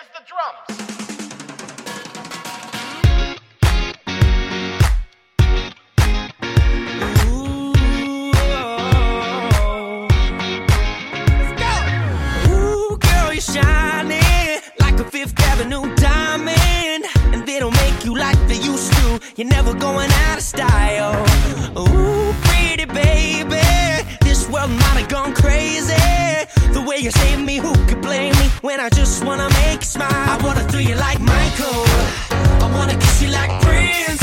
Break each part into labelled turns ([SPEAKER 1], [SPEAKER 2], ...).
[SPEAKER 1] is the drums.
[SPEAKER 2] Ooh, girl, you're shining like a Fifth Avenue diamond. And they don't make you like they used to. You're never going out of style. Ooh, pretty baby. This world might have gone crazy. The way you save me, who could blame me when I just wanna make you smile? I wanna throw you like Michael. I wanna kiss you like Prince.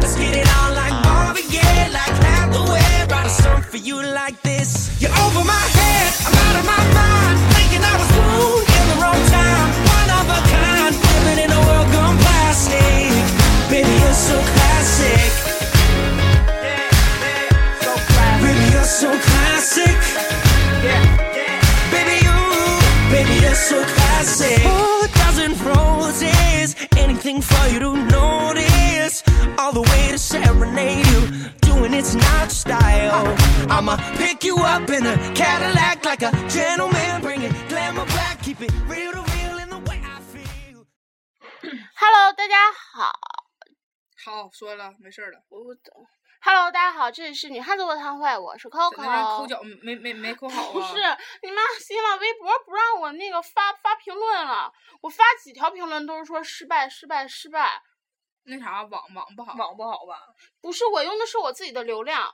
[SPEAKER 2] Let's get it on like Marvin Gaye, like Hathaway. Write a song for you like this. You're over my head, I'm out of my mind. Thinking I was wooed in the wrong time. One of a kind, living in a world gone plastic. Baby, you're so classic. Baby, you're so classic. Baby, you, baby, you're so classic. Four thousand roses, anything for you to notice. All the way to serenade you, doing it's not style. I'ma pick you up in a Cadillac like a gentleman, bring it glamour back, keep it real to real in the way I feel.
[SPEAKER 3] Hello，大家好，
[SPEAKER 4] 好，说了，没事儿了。
[SPEAKER 3] 我懂。Hello，大家好，这里是女汉子卧谈会，我是
[SPEAKER 4] 在那让抠
[SPEAKER 3] Coco。
[SPEAKER 4] 脚没没没抠好啊？
[SPEAKER 3] 不是，你妈新浪微博不让我那个发发评论了，我发几条评论都是说失败、失败、失败。
[SPEAKER 4] 那啥，网网不好，
[SPEAKER 5] 网不好吧？
[SPEAKER 3] 不是我用的是我自己的流量，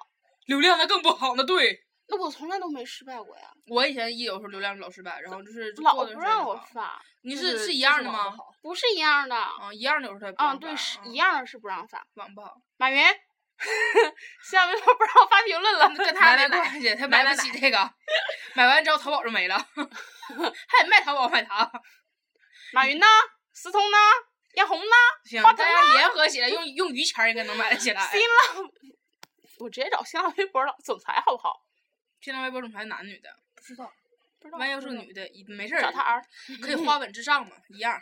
[SPEAKER 4] 流量那更不好呢。对，
[SPEAKER 3] 那我从来都没失败过呀，
[SPEAKER 4] 我以前也有时候流量老失败，然后就是
[SPEAKER 3] 老
[SPEAKER 4] 过段
[SPEAKER 3] 不
[SPEAKER 4] 时间
[SPEAKER 3] 让
[SPEAKER 4] 就
[SPEAKER 3] 我
[SPEAKER 4] 好。
[SPEAKER 3] 发，
[SPEAKER 4] 你
[SPEAKER 5] 就是是
[SPEAKER 4] 一
[SPEAKER 5] 就
[SPEAKER 4] 样
[SPEAKER 5] 是
[SPEAKER 4] 的
[SPEAKER 5] 网不
[SPEAKER 4] 吗？
[SPEAKER 5] 好
[SPEAKER 3] 不是一样的。
[SPEAKER 4] 啊，一样的有时候他不
[SPEAKER 3] 嗯，
[SPEAKER 4] 让
[SPEAKER 3] 对，
[SPEAKER 4] 发
[SPEAKER 3] 是
[SPEAKER 4] 啊
[SPEAKER 3] 一样的，是不让发。
[SPEAKER 4] 网不好。
[SPEAKER 3] 马云， 新浪微博不让我发评论了，
[SPEAKER 4] 跟他
[SPEAKER 3] 买
[SPEAKER 4] 没
[SPEAKER 3] 买买
[SPEAKER 4] 关系，他
[SPEAKER 3] 买
[SPEAKER 4] 买不
[SPEAKER 3] 买
[SPEAKER 4] 起这个，买完之后淘宝就没了， 还得卖淘宝卖它。
[SPEAKER 3] 马云呢？思聪呢？艳红呢？
[SPEAKER 4] 行，
[SPEAKER 3] 花
[SPEAKER 4] 大
[SPEAKER 3] 盆
[SPEAKER 4] 家联合起来，用用余钱儿应该能买得起 来。
[SPEAKER 3] 新浪，我直接找新浪微博老总裁好不好？
[SPEAKER 4] 新浪微博总裁男女的，
[SPEAKER 5] 不知道，
[SPEAKER 3] 不知道
[SPEAKER 4] 万一要是
[SPEAKER 3] 不
[SPEAKER 4] 个
[SPEAKER 3] 知道
[SPEAKER 4] 女的，一没事儿
[SPEAKER 3] 找他儿，
[SPEAKER 4] 可以花本至上嘛，一样。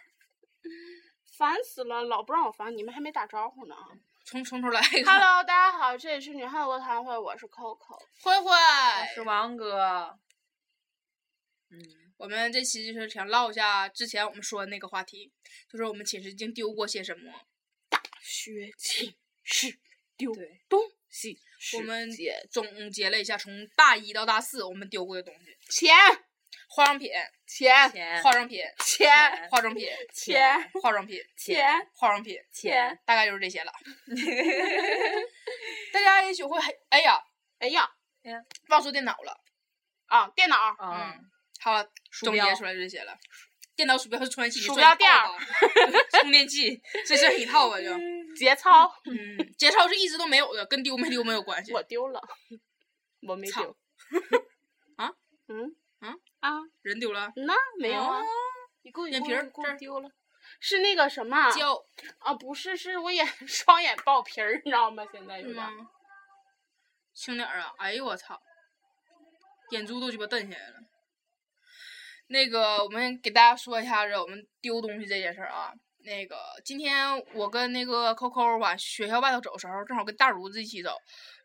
[SPEAKER 3] 烦死了，老不让我烦，你们还没打招呼呢。啊
[SPEAKER 4] 从从头来一 个，
[SPEAKER 3] Hello，大家好，这里是女汉子卧谈会，我是 Coco。
[SPEAKER 4] 慧慧，
[SPEAKER 5] 我是王哥。嗯，
[SPEAKER 4] 我们这期就是想唠一下之前我们说的那个话题，就是我们寝室经丢过些什么。
[SPEAKER 3] 学寝室丢
[SPEAKER 5] 对，
[SPEAKER 3] 东西，
[SPEAKER 4] 我们
[SPEAKER 3] 姐
[SPEAKER 4] 总结了一下，从大一到大四我们丢过的东西：
[SPEAKER 3] 钱
[SPEAKER 4] 化妆品、
[SPEAKER 3] 钱
[SPEAKER 5] 钱
[SPEAKER 4] 化妆品、哎
[SPEAKER 3] 钱
[SPEAKER 4] 化妆品、
[SPEAKER 3] 钱
[SPEAKER 4] 化妆品、
[SPEAKER 3] 钱
[SPEAKER 4] 化妆品，
[SPEAKER 3] 钱。
[SPEAKER 4] 大概就是这些了。 大家也许会很，哎呀，
[SPEAKER 3] 哎呀
[SPEAKER 4] 忘说电脑了。
[SPEAKER 3] 啊，电 脑儿
[SPEAKER 5] 啊，
[SPEAKER 4] 嗯，好，
[SPEAKER 5] 鼠
[SPEAKER 4] 总结
[SPEAKER 5] 标
[SPEAKER 4] 出来这些了。电脑鼠标和传奇，你
[SPEAKER 3] 鼠
[SPEAKER 4] 算
[SPEAKER 3] 标
[SPEAKER 4] 一
[SPEAKER 3] 垫
[SPEAKER 4] 套
[SPEAKER 3] 儿
[SPEAKER 4] 吧 充电器，这算一套吧就。
[SPEAKER 3] 节操
[SPEAKER 4] 嗯，节操是一直都没有的，跟丢没丢没有关系。
[SPEAKER 3] 我丢了，我没
[SPEAKER 4] 操
[SPEAKER 3] 丢。
[SPEAKER 4] 啊？
[SPEAKER 3] 嗯
[SPEAKER 4] 啊
[SPEAKER 3] 啊？
[SPEAKER 4] 人丢了，
[SPEAKER 3] 那没有啊
[SPEAKER 4] 哦，
[SPEAKER 3] 你给我
[SPEAKER 4] 眼
[SPEAKER 3] 给我
[SPEAKER 4] 皮儿
[SPEAKER 3] 给我
[SPEAKER 4] 这儿
[SPEAKER 3] 丢了。是那个什么
[SPEAKER 4] 胶
[SPEAKER 3] 啊？不是，是我眼 双眼爆皮儿，你知道吗？现在有
[SPEAKER 4] 是
[SPEAKER 3] 点儿
[SPEAKER 4] 吗？嗯轻点儿啊！哎呦我操，眼珠都鸡巴瞪下来了。那个，我们给大家说一下这我们丢东西这件事儿啊。那个，今天我跟那个扣扣往学校外头走的时候，正好跟大如子一起走，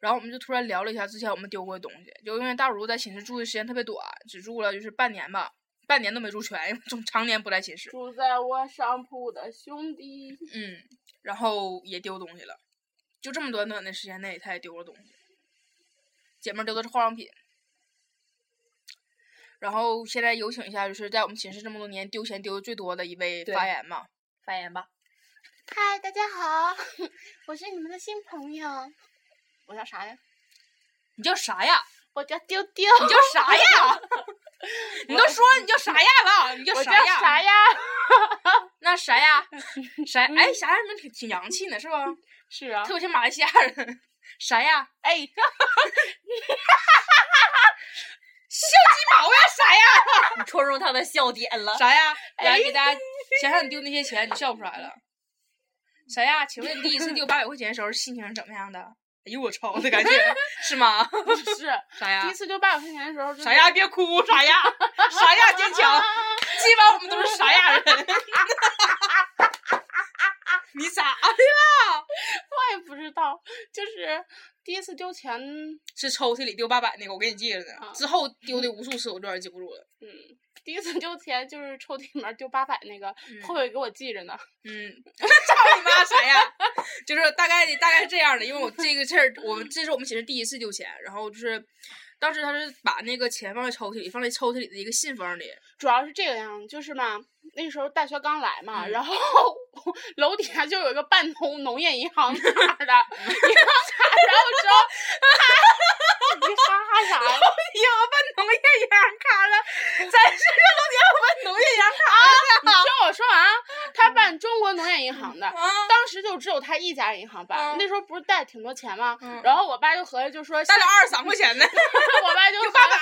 [SPEAKER 4] 然后我们就突然聊了一下之前我们丢过的东西。就因为大如在寝室住的时间特别短，只住了就是半年吧，半年都没住全，因为总常年不来寝室。
[SPEAKER 3] 住在我上铺的兄弟，
[SPEAKER 4] 嗯，然后也丢东西了，就这么短短的时间内，他也丢了东西。姐妹儿丢的是化妆品，然后现在有请一下，就是在我们寝室这么多年丢钱丢的最多的一位
[SPEAKER 5] 对
[SPEAKER 4] 发言嘛。
[SPEAKER 5] 发言吧。
[SPEAKER 3] 嗨，大家好， 我是你们的新朋友。我叫啥呀？
[SPEAKER 4] 你叫啥呀？
[SPEAKER 3] 我叫丢丢。
[SPEAKER 4] 你叫啥呀？ 你都说了你叫啥呀了？你叫
[SPEAKER 3] 我叫
[SPEAKER 4] 啥呀？
[SPEAKER 3] 啥呀？
[SPEAKER 4] 那啥 呀？啥？哎，啥呀？你们挺挺洋气呢，是吧？
[SPEAKER 3] 是 啊
[SPEAKER 4] 特，别像马来西亚人。啥呀？
[SPEAKER 3] 哎，
[SPEAKER 4] 秀鸡毛呀？啥呀？
[SPEAKER 5] 你戳中他的笑点 了。
[SPEAKER 4] 啥呀？来给大家想想你丢那些钱，你笑不出来了。啥呀？请问你第一次丢八百块钱的时候心情是怎么样的？哎呦我操的感觉 是吗？
[SPEAKER 3] 不 是，第
[SPEAKER 4] 啥呀
[SPEAKER 3] 一？次丢八百块钱的时候，
[SPEAKER 4] 啥呀？？别哭！啥呀？啥呀？坚 强！今晚我们都是啥呀人？ 你咋 的？
[SPEAKER 3] 我也不知道，就是第一次丢钱，
[SPEAKER 4] 是抽屉里丢八百那个，我给你记着呢
[SPEAKER 3] 啊。
[SPEAKER 4] 之后丢的无数次，我都有点记不住了。
[SPEAKER 3] 嗯，第一次丢钱就是抽屉里面丢八百那个，后悔给我记着呢。
[SPEAKER 4] 嗯， 操你妈啥呀？ 就是大概大概是这样的，因为我这个事儿，我们这是我们寝室第一次丢钱，然后就是当时他是把那个钱放在抽屉里，放在抽屉里的一个信封里，
[SPEAKER 3] 主要是这个样子，就是嘛，那时候大学刚来嘛，
[SPEAKER 4] 嗯
[SPEAKER 3] 然后 楼底下就有一个办农农业银行卡的银行卡，然后之后他 你哈啥呀？
[SPEAKER 4] 要办农业银行卡了，咱是要要办农业银行 卡
[SPEAKER 3] 你听我说完啊，他办中国农业银行的。
[SPEAKER 4] 啊！
[SPEAKER 3] 当时就只有他一家银行办，
[SPEAKER 4] 嗯
[SPEAKER 3] 那时候不是贷挺多钱吗？
[SPEAKER 4] 嗯
[SPEAKER 3] 然后我爸就合计就说，
[SPEAKER 4] 带了二十三块钱呢，
[SPEAKER 3] 我爸就
[SPEAKER 4] 有
[SPEAKER 3] 合
[SPEAKER 4] 八百。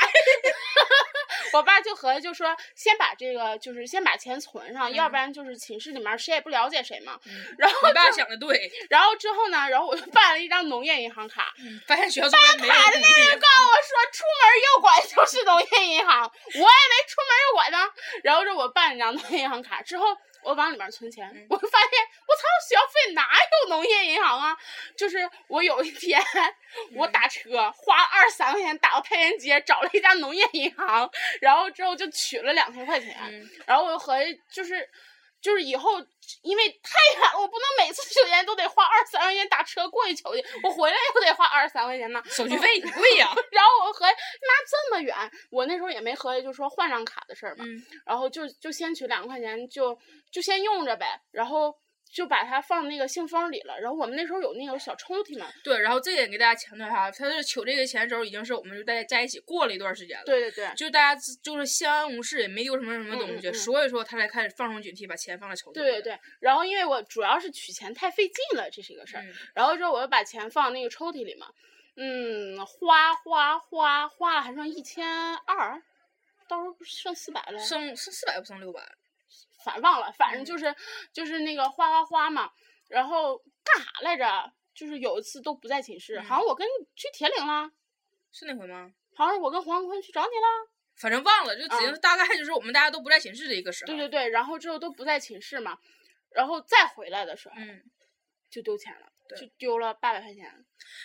[SPEAKER 3] 我爸就合计就说，先把这个就是先把钱存上，要不
[SPEAKER 4] 嗯
[SPEAKER 3] 然就是寝室里面谁也不了解谁嘛。然后
[SPEAKER 4] 你爸想的对，
[SPEAKER 3] 然后之后呢，然后我就办了一张农业银行卡。
[SPEAKER 4] 发现学校周围没有
[SPEAKER 3] 卡的
[SPEAKER 4] 农
[SPEAKER 3] 那
[SPEAKER 4] 业
[SPEAKER 3] 人
[SPEAKER 4] 银
[SPEAKER 3] 告诉我说，出门右拐就是 农业银行，我也没出门右拐呢。然后让我办一张农业银行卡之后，我往里面存钱，
[SPEAKER 4] 嗯
[SPEAKER 3] 我就发现我操，学费哪有农业银行啊？就是我有一天
[SPEAKER 4] 嗯
[SPEAKER 3] 我打车花二十三块钱打到太原街找了一家农业银行，然后之后就取了两千块钱。
[SPEAKER 4] 行
[SPEAKER 3] 然后我就合计，就是就是以后因为太远了，我不能每次取钱都得花二三块钱打车过去取去，我回来又得花二十三块钱呢。
[SPEAKER 4] 手续费挺贵呀。
[SPEAKER 3] 然后我合计，妈这么远，我那时候也没合计，就说换张卡的事儿嘛。
[SPEAKER 4] 嗯
[SPEAKER 3] 然后就就先取两块钱，就就先用着呗。然后。就把它放那个信封里了，然后我们那时候有那个小抽屉嘛，
[SPEAKER 4] 对，然后这点给大家强调一下，他是取这个钱的时候，已经是我们就大家在一起过了一段时间了。
[SPEAKER 3] 对对对，
[SPEAKER 4] 就大家就是相安无事，也没丢什么什么
[SPEAKER 3] 嗯
[SPEAKER 4] 东
[SPEAKER 3] 嗯
[SPEAKER 4] 西，
[SPEAKER 3] 嗯
[SPEAKER 4] 所以说他才开始放松警惕，把钱放在抽屉。
[SPEAKER 3] 对对，对。然后因为我主要是取钱太费劲了，这是一个事儿。
[SPEAKER 4] 嗯
[SPEAKER 3] 然后之后我就把钱放那个抽屉里嘛，嗯，花花花花了还剩一千二，到时候不是剩四百了，
[SPEAKER 4] 剩剩四百不剩六百，
[SPEAKER 3] 反正忘了，反
[SPEAKER 4] 嗯
[SPEAKER 3] 正就是、就是那个花花花嘛，然后干啥来着？就是有一次都不在寝室，
[SPEAKER 4] 嗯
[SPEAKER 3] 好像我跟去铁岭啦，
[SPEAKER 4] 是那回吗？
[SPEAKER 3] 好像是我跟黄坤去找你啦。
[SPEAKER 4] 反正忘了，就只是大概就是我们大家都不在寝室的一个时候。
[SPEAKER 3] 嗯对对对，然后之后都不在寝室嘛，然后再回来的时候
[SPEAKER 4] 嗯，
[SPEAKER 3] 就丢钱了，
[SPEAKER 4] 对
[SPEAKER 3] 就丢了八百块钱。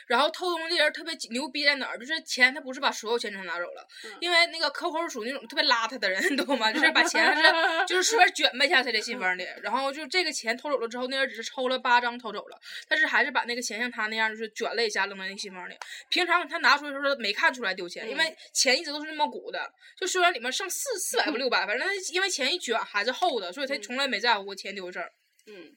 [SPEAKER 4] 然后偷东西的人特别牛逼在哪儿？就是钱，他不是把所有钱全拿走了，
[SPEAKER 3] 嗯
[SPEAKER 4] 因为那个抠抠属于那种特别邋遢的人，你懂吗？就是把 钱是就是随便卷吧一下他的信封里，然后就这个钱偷走了之后，那人只是抽了八张偷走了，但是还是把那个钱像他那样就是卷了一下扔到那个信封里。平常他拿出来的时候他没看出来丢钱，因
[SPEAKER 3] 嗯
[SPEAKER 4] 为钱一直都是那么鼓的，就虽然里面剩四四百不六百，反正因为钱一卷还是厚的，所以他
[SPEAKER 3] 嗯
[SPEAKER 4] 从来没在乎过钱丢这儿。
[SPEAKER 3] 嗯，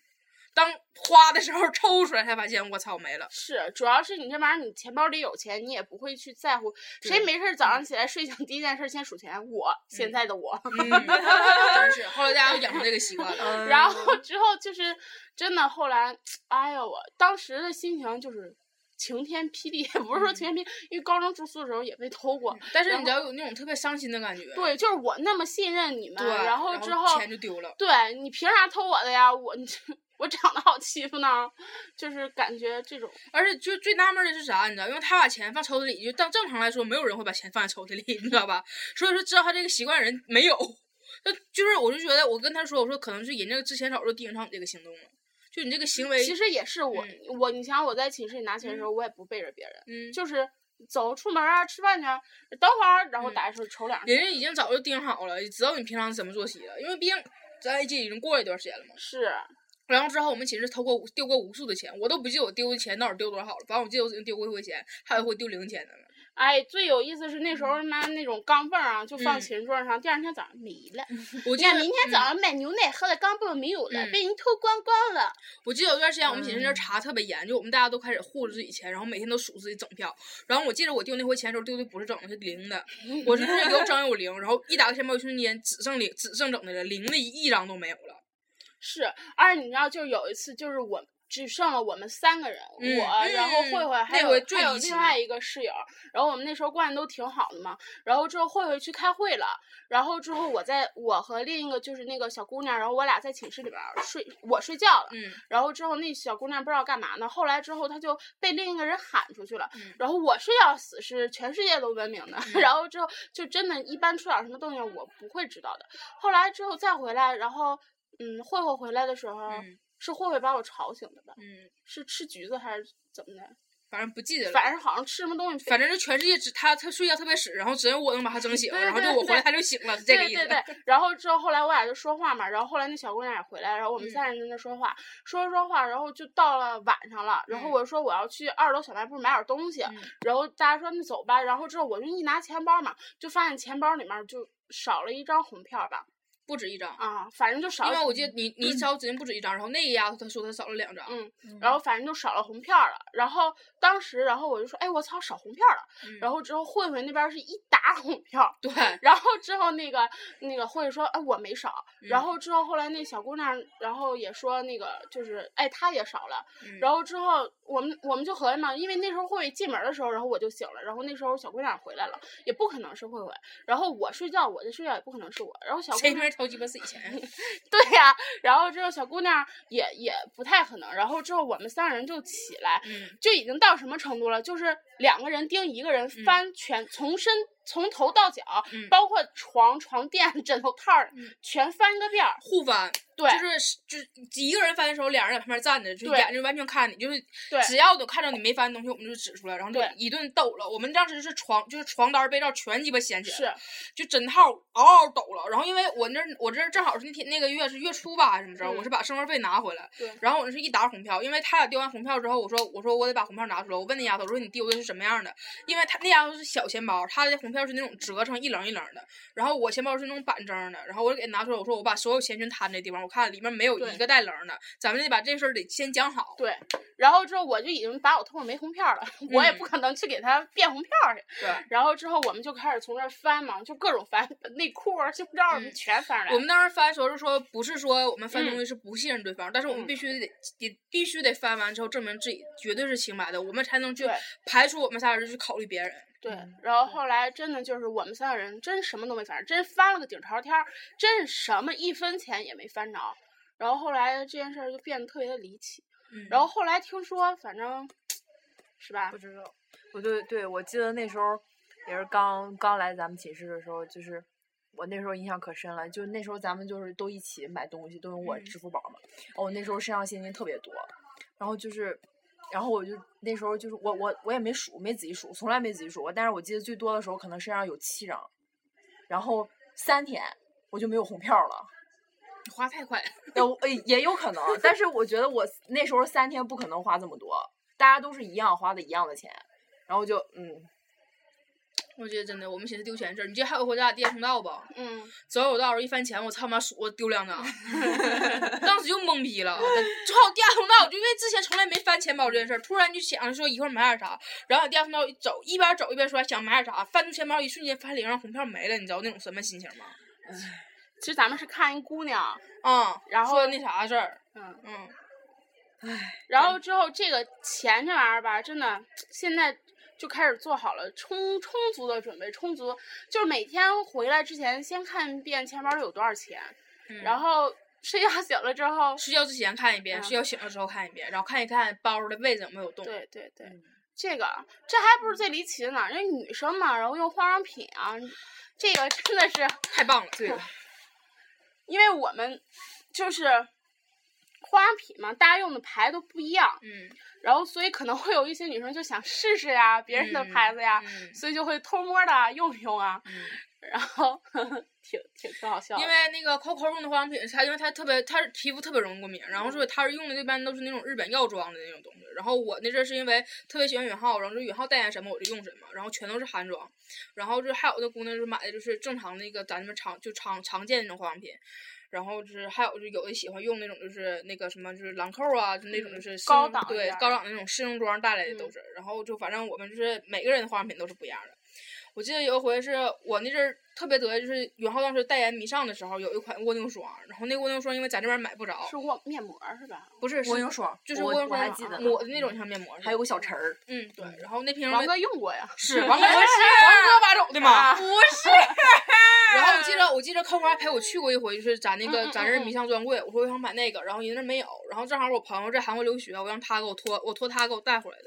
[SPEAKER 4] 当花的时候抽出来才发现，我操没了。
[SPEAKER 3] 是，主要是你这玩意儿，你钱包里有钱，你也不会去在乎。谁
[SPEAKER 4] 对
[SPEAKER 3] 没事儿早上起来睡醒第一件事先数钱？我现
[SPEAKER 4] 嗯
[SPEAKER 3] 在的我。
[SPEAKER 4] 嗯， 真是，后来大家都养成这个习惯了。
[SPEAKER 3] 然后 之后就是真的，后来，哎呦我当时的心情就是晴天霹雳， 不是说晴天霹雳，因为高中住宿的时候也被偷过。
[SPEAKER 4] 嗯但是
[SPEAKER 3] 然
[SPEAKER 4] 你知道有那种特别伤心的感觉。
[SPEAKER 3] 对，就是我那么信任你们，
[SPEAKER 4] 对，然
[SPEAKER 3] 后之
[SPEAKER 4] 钱就丢了。
[SPEAKER 3] 对你凭啥偷我的呀？我 我长得好欺负呢，就是感觉这种。
[SPEAKER 4] 而且就最纳闷的是啥，你知道，因为他把钱放抽屉里，就当正常来说，没有人会把钱放在抽屉里，你知道吧？所以说，知道他这个习惯的人没有。那就是，我就觉得，我跟他说，我说可能是人家之前早就盯上你这个行动了，就你这个行为，
[SPEAKER 3] 其实也是我，我你想我在寝室里拿钱的时候，我也不背着别人，
[SPEAKER 4] 嗯，
[SPEAKER 3] 就是走出门啊，吃饭去啊，等会儿，
[SPEAKER 4] 嗯
[SPEAKER 3] 然后打一手抽两下。
[SPEAKER 4] 人家已经早就盯好了，也知道你平常是怎么作息了，因为毕竟咱一起已经过了一段时间了嘛。
[SPEAKER 3] 是，
[SPEAKER 4] 然后之后我们寝室偷过无丢过无数的钱，我都不记得我丢的钱到底丢多少了，反正我记得我只丢过一回钱，还有一回丢零钱的呢。
[SPEAKER 3] 哎，最有意思是那时候他妈那种钢镚儿啊，就放
[SPEAKER 4] 嗯
[SPEAKER 3] 寝室桌上，第二天早上没了。
[SPEAKER 4] 我
[SPEAKER 3] 你
[SPEAKER 4] 记
[SPEAKER 3] 看
[SPEAKER 4] 得
[SPEAKER 3] 明天早、上买牛奶喝的钢镚儿没有了，
[SPEAKER 4] 嗯
[SPEAKER 3] 被人偷光光了。
[SPEAKER 4] 嗯我记得有段时间我们寝室
[SPEAKER 3] 嗯
[SPEAKER 4] 那儿查特别严，就我们大家都开始护着自己钱，然后每天都数自己整票。然后我记得我丢那回钱的时候丢的不是整的，是 零的，我就是有整有零，然后一打开钱包一瞬间只剩零，只剩整的了，零的一一张都没有了。
[SPEAKER 3] 是，而且你知道，就是有一次，就是我只剩了我们三个人，
[SPEAKER 4] 嗯
[SPEAKER 3] 我，然后
[SPEAKER 4] 嗯
[SPEAKER 3] 慧慧，还
[SPEAKER 4] 那
[SPEAKER 3] 有
[SPEAKER 4] 回最
[SPEAKER 3] 还有
[SPEAKER 4] 离奇
[SPEAKER 3] 另外一个室友，然后我们那时候关系都挺好的嘛，然后之后慧慧去开会了，然后之后我在我和另一个就是那个小姑娘，然后我俩在寝室里边儿睡，我睡觉了，
[SPEAKER 4] 嗯，
[SPEAKER 3] 然后之后那小姑娘不知道干嘛呢，后来之后她就被另一个人喊出去了，
[SPEAKER 4] 嗯
[SPEAKER 3] 然后我睡觉死是全世界都闻名的，然后之后就真的，一般出点什么动静我不会知道的。后来之后再回来，然后嗯，慧慧回来的时候、
[SPEAKER 4] 嗯
[SPEAKER 3] 是慧慧把我吵醒的吧？
[SPEAKER 4] 嗯，
[SPEAKER 3] 是吃橘子还是怎么的？
[SPEAKER 4] 反正不记得了。
[SPEAKER 3] 反正好像吃什么东西，
[SPEAKER 4] 反正就全世界只他他睡觉特别屎，然后只有我能把他整醒，
[SPEAKER 3] 对对
[SPEAKER 4] 然后就
[SPEAKER 3] 对
[SPEAKER 4] 我回来
[SPEAKER 3] 对
[SPEAKER 4] 他就醒了，是这个意思。
[SPEAKER 3] 对对对，然后之后后来我俩就说话嘛，然后后来那小姑娘也回来，然后我们
[SPEAKER 4] 嗯
[SPEAKER 3] 三人在那说话，说着说话，然后就到了晚上了，然后
[SPEAKER 4] 嗯
[SPEAKER 3] 我说我要去二楼小卖部买点东西，
[SPEAKER 4] 嗯
[SPEAKER 3] 然后大家说那走吧，然后之后我就一拿钱包嘛，就发现钱包里面就少了一张红票吧，
[SPEAKER 4] 不止一张，
[SPEAKER 3] 啊，反正就少
[SPEAKER 4] 因
[SPEAKER 3] 了
[SPEAKER 4] 为我记得你你找指定不止一张，然后那一丫头她说她少了两张，
[SPEAKER 3] 嗯然后反正就少了红票了。然后当时，然后我就说，哎，我操，少红票了。
[SPEAKER 4] 嗯
[SPEAKER 3] 然后之后慧慧那边是一沓红票。
[SPEAKER 4] 对，
[SPEAKER 3] 然后之后那个那个慧慧说，哎，我没少。然
[SPEAKER 4] 嗯
[SPEAKER 3] 后之后后来那小姑娘，然后也说那个就是，哎，她也少了。
[SPEAKER 4] 嗯
[SPEAKER 3] 然后之后我们我们就合计嘛，因为那时候慧慧进门的时候，然后我就醒了，然后那时候小姑娘回来了，也不可能是慧慧。然后我睡觉，我在睡觉也不可能是我。然后小姑
[SPEAKER 4] 谁
[SPEAKER 3] 娘
[SPEAKER 4] 没人掏鸡巴自己钱 呀？
[SPEAKER 3] 对呀、然后之后小姑娘也也不太可能，然后之后我们三人就起来，
[SPEAKER 4] 嗯，
[SPEAKER 3] 就已经到什么程度了？就是两个人盯一个人
[SPEAKER 4] 嗯
[SPEAKER 3] 翻全，从身从头到脚，
[SPEAKER 4] 嗯
[SPEAKER 3] 包括床、床垫、 枕头套儿，
[SPEAKER 4] 嗯
[SPEAKER 3] 全翻个遍儿。
[SPEAKER 4] 互翻，
[SPEAKER 3] 对、
[SPEAKER 4] 就是就是一个人翻的时候，俩人在旁边站着，就
[SPEAKER 3] 对
[SPEAKER 4] 眼睛完全看你，就是
[SPEAKER 3] 对
[SPEAKER 4] 只要都看到你没翻的东西，我们就指出来，然后就
[SPEAKER 3] 对
[SPEAKER 4] 一顿抖了。我们当时是床就是床单被罩全鸡巴掀起来了，
[SPEAKER 3] 是，
[SPEAKER 4] 就枕套嗷嗷抖了。然后因为我那儿我这儿正好是那天那个月是月初吧，还是怎么着？
[SPEAKER 3] 嗯
[SPEAKER 4] 我是把生活费拿回来，
[SPEAKER 3] 对
[SPEAKER 4] 然后我那是一沓红票，因为他俩丢完红票之后，我说我说我得把红票拿出来。我问那丫头，我说你丢的是什么样的？因为他那丫头是小钱包，她的红票是那种折成一棱一棱的，然后我钱包是那种板正的。然后我就给拿出来，我说我把所有钱全摊这地方，我看里面没有
[SPEAKER 3] 对
[SPEAKER 4] 一个带棱的，咱们得把这事儿得先讲好。
[SPEAKER 3] 对。然后之后我就已经把我偷着没红票了，我也
[SPEAKER 4] 嗯
[SPEAKER 3] 不可能去给他变红票去。
[SPEAKER 4] 对。
[SPEAKER 3] 然后之后我们就开始从这儿翻嘛，就各种翻内裤啊、胸罩儿
[SPEAKER 4] 嗯
[SPEAKER 3] 全翻出来。
[SPEAKER 4] 我们当时翻的时候就说，不是说我们翻东
[SPEAKER 3] 嗯
[SPEAKER 4] 西是不信任对方，但是我们
[SPEAKER 3] 嗯
[SPEAKER 4] 必须得得必须得翻完之后证明自己绝对是清白的，我们才能去
[SPEAKER 3] 对
[SPEAKER 4] 排除我们仨人去考虑别人。
[SPEAKER 3] 对，然后后来真的就是我们三个人真什么都没翻，真翻了个底儿朝天儿，真是什么一分钱也没翻着。然后后来这件事儿就变得特别的离奇。
[SPEAKER 4] 嗯
[SPEAKER 3] 然后后来听说，反正是吧
[SPEAKER 5] 不，知道。我对对，我记得那时候也是刚刚来咱们寝室的时候，就是我那时候印象可深了，就那时候咱们就是都一起买东西，都用我
[SPEAKER 4] 嗯
[SPEAKER 5] 支付宝嘛。哦，我那时候身上现金特别多，然后就是，然后我就那时候就是我我我也没数，没仔细数，从来没仔细数过。但是我记得最多的时候可能身上有七张，然后三天我就没有红票了。
[SPEAKER 4] 花太快了，
[SPEAKER 5] 呃，我呃也有可能，但是我觉得我那时候三天不可能花这么多，大家都是一样花的一样的钱，然后就嗯，
[SPEAKER 4] 我觉得真的，我们寻思丢钱的事儿，你记得还有回咱俩地下通道吧？
[SPEAKER 3] 嗯，
[SPEAKER 4] 走有道时候一翻钱，我操妈数我 丢两张，当时就懵逼了。正好地下通道，就因为之前从来没翻钱包这件事儿，突然就想着说一会儿买点啥，然后往地下通道一走，一边走一边说想买点啥，翻出钱包一瞬间发现里面红票没了，你知道那种什么心情吗？
[SPEAKER 3] 其实咱们是看一姑娘，
[SPEAKER 4] 啊、
[SPEAKER 3] 然后
[SPEAKER 4] 说那啥事儿，
[SPEAKER 3] 嗯，
[SPEAKER 4] 嗯，
[SPEAKER 3] 然后之后这个钱这玩意儿吧，真的现在就开始做好了充充足的准备，充足就是每天回来之前先看一遍钱包里有多少钱，
[SPEAKER 4] 嗯
[SPEAKER 3] 然后睡觉醒了之后，
[SPEAKER 4] 睡觉之前看一遍，
[SPEAKER 3] 嗯
[SPEAKER 4] 睡觉醒了之后看一遍，然后看一看包的位置有没有动。
[SPEAKER 3] 对对对。
[SPEAKER 5] 嗯
[SPEAKER 3] 这个这还不是最离奇的呢，人女生嘛，然后用化妆品啊，这个真的是
[SPEAKER 4] 太棒了，
[SPEAKER 5] 对了，
[SPEAKER 3] 因为我们就是化妆品嘛，大家用的牌都不一样，
[SPEAKER 4] 嗯，
[SPEAKER 3] 然后所以可能会有一些女生就想试试呀，别人的牌子呀，
[SPEAKER 4] 嗯
[SPEAKER 3] 所以就会偷摸的用一用啊，
[SPEAKER 4] 嗯
[SPEAKER 3] 然后挺挺挺好笑的。
[SPEAKER 4] 因为那个 Coco 用的化妆品，它因为它特别，它是皮肤特别容易过敏，
[SPEAKER 3] 嗯
[SPEAKER 4] 然后所以它是用的一般都是那种日本药妆的那种东西。然后我那阵儿是因为特别喜欢允浩，然后就允浩代言什么我就用什么，然后全都是韩妆。然后就还有的姑娘就买的就是正常那个咱们常就常常见那种化妆品。然后就是还有就是有的喜欢用那种就是那个什么就是兰蔻啊，就那种
[SPEAKER 3] 嗯
[SPEAKER 4] 就是试
[SPEAKER 3] 高
[SPEAKER 4] 用
[SPEAKER 3] 档一
[SPEAKER 4] 对
[SPEAKER 3] 点儿
[SPEAKER 4] 高档那种试用装带来的都
[SPEAKER 3] 嗯
[SPEAKER 4] 是。然后就反正我们就是每个人的化妆品都是不一样的。我记得有一回是我那阵儿特别得意，就是允浩当时代言迷尚的时候，有一款蜗牛霜，然后那蜗牛霜因为咱这边买不着，
[SPEAKER 3] 是过面膜是吧？
[SPEAKER 4] 不是是
[SPEAKER 5] 蜗牛霜，
[SPEAKER 4] 就是
[SPEAKER 5] 我
[SPEAKER 4] 蜗牛
[SPEAKER 5] 我
[SPEAKER 4] 霜
[SPEAKER 5] 还
[SPEAKER 4] 上
[SPEAKER 5] 记得呢嗯
[SPEAKER 4] 抹的那种像面膜似的，
[SPEAKER 5] 还有个小盆儿，
[SPEAKER 4] 嗯对，然后那瓶
[SPEAKER 3] 王
[SPEAKER 4] 儿
[SPEAKER 3] 哥用过呀，
[SPEAKER 4] 是王 哥是王哥把走的嘛，
[SPEAKER 3] 啊
[SPEAKER 4] 不是。然后我记得 我记得 Coco 还陪我去过一回，就是咱那个
[SPEAKER 3] 嗯嗯
[SPEAKER 4] 咱这儿
[SPEAKER 3] 嗯嗯
[SPEAKER 4] 迷尚专柜，我说我想买那个，然后人那没有，然后正好我朋友在韩国留学，我让他给我托我托他给我带回来的。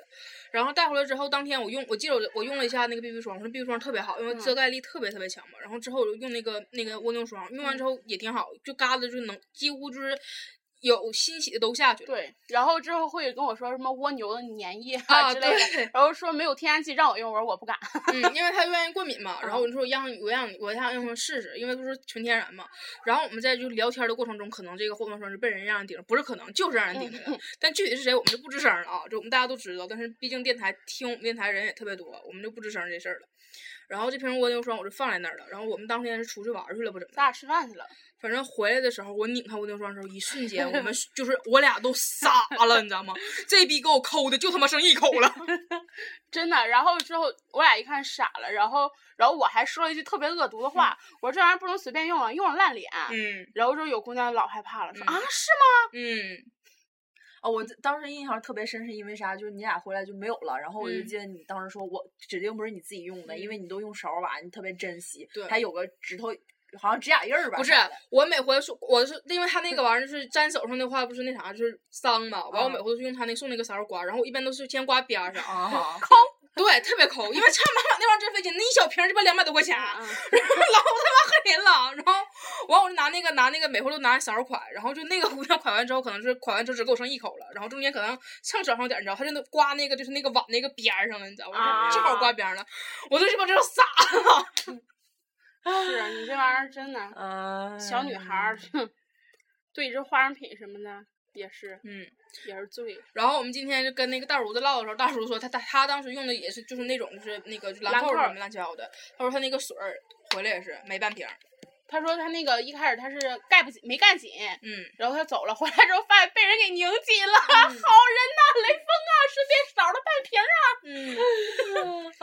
[SPEAKER 4] 然后带回来之后，当天我用，我记得我我用了一下那个 BB 霜，我说 BB 霜特别好，因为
[SPEAKER 3] 嗯
[SPEAKER 4] 遮盖力特别特别强嘛。
[SPEAKER 3] 嗯
[SPEAKER 4] 然后之后我就用那个那个蜗牛霜，用完之后也挺好，就嘎子就能几乎就是有新起的都下去了。
[SPEAKER 3] 对，然后之后会跟我说什么蜗牛的粘液
[SPEAKER 4] 啊，
[SPEAKER 3] 之类的，
[SPEAKER 4] 对，
[SPEAKER 3] 然后说没有添加剂让我用，我说我不敢。
[SPEAKER 4] 嗯，因为他愿意过敏嘛，然后我就说让我让我想让他们试试，因为都是纯天然嘛。然后我们在就聊天的过程中，可能这个霍乱霜是被人让人顶着，不是可能就是让人顶着的。 但具体是谁，我们就不吱声了啊，这我们大家都知道。但是毕竟电台听我们电台人也特别多，我们就不吱声这事儿了。然后这瓶蜗牛霜我就放在那儿了。然后我们当天是出去玩儿去了，不怎么
[SPEAKER 3] 咱俩吃饭去了，
[SPEAKER 4] 反正回来的时候，我拧开蜗牛霜的时候，一瞬间我们是就是我俩都傻了，你知道吗？这逼给我抠的就他妈剩一口了。
[SPEAKER 3] 真的。然后之后我俩一看傻了，然后然后我还说了一句特别恶毒的话，我说这玩意儿不能随便用啊，用了烂脸。
[SPEAKER 4] 嗯
[SPEAKER 3] 然后之后有姑娘老害怕了，说、
[SPEAKER 4] 嗯
[SPEAKER 3] 啊是吗？
[SPEAKER 4] 嗯，
[SPEAKER 5] 啊，我当时印象特别深，是因为啥？就是你俩回来就没有了，然后我就
[SPEAKER 4] 嗯
[SPEAKER 5] 记得你当时说，我指定不是你自己用的，因为你都用勺儿挖，你特别珍惜，
[SPEAKER 4] 对
[SPEAKER 5] 还有个指头好像指甲印儿吧？
[SPEAKER 4] 不是，我每回说我是因为他那个玩意儿就是粘手上的话，不是那啥就是脏嘛，完我每
[SPEAKER 3] 嗯
[SPEAKER 5] 啊
[SPEAKER 4] 回都是用他那送那个勺刮，然后我一般都是先刮边儿上，
[SPEAKER 5] 啊，
[SPEAKER 4] 对，特别抠，因为差妈妈那玩意儿真费劲，那一小瓶儿就不两百多块钱。
[SPEAKER 3] 嗯
[SPEAKER 4] 然后老他妈恨人了，然后完我就拿那个拿那个，每回都拿勺款，然后就那个姑娘款完之后，可能是款完之后只给我剩一口了，然后中间可能蹭手上点儿，你知道，她就那刮那个就是那个碗那个边儿上了，你知道吗？
[SPEAKER 3] 啊
[SPEAKER 4] 正好刮边儿了，我都鸡巴这傻了。嗯
[SPEAKER 3] 是啊你这玩意儿真的，
[SPEAKER 5] 嗯，
[SPEAKER 3] 小女孩儿，哼 对这化妆品什么的也是
[SPEAKER 4] 嗯，
[SPEAKER 3] 也是醉。
[SPEAKER 4] 然后我们今天就跟那个大厨子唠的时候，大厨说他他他当时用的也是就是那种就是那个就兰
[SPEAKER 3] 兰
[SPEAKER 4] 蔻
[SPEAKER 3] 蔻
[SPEAKER 4] 什
[SPEAKER 3] 儿
[SPEAKER 4] 么乱七八糟的，他说他那个水儿回来也是没半瓶儿，
[SPEAKER 3] 他说他那个一开始他是盖不紧，没盖紧，
[SPEAKER 4] 嗯。
[SPEAKER 3] 然后他走了，回来之后发现被人给拧紧了，好人呐，雷锋啊，顺便少了半瓶儿啊。
[SPEAKER 4] 嗯，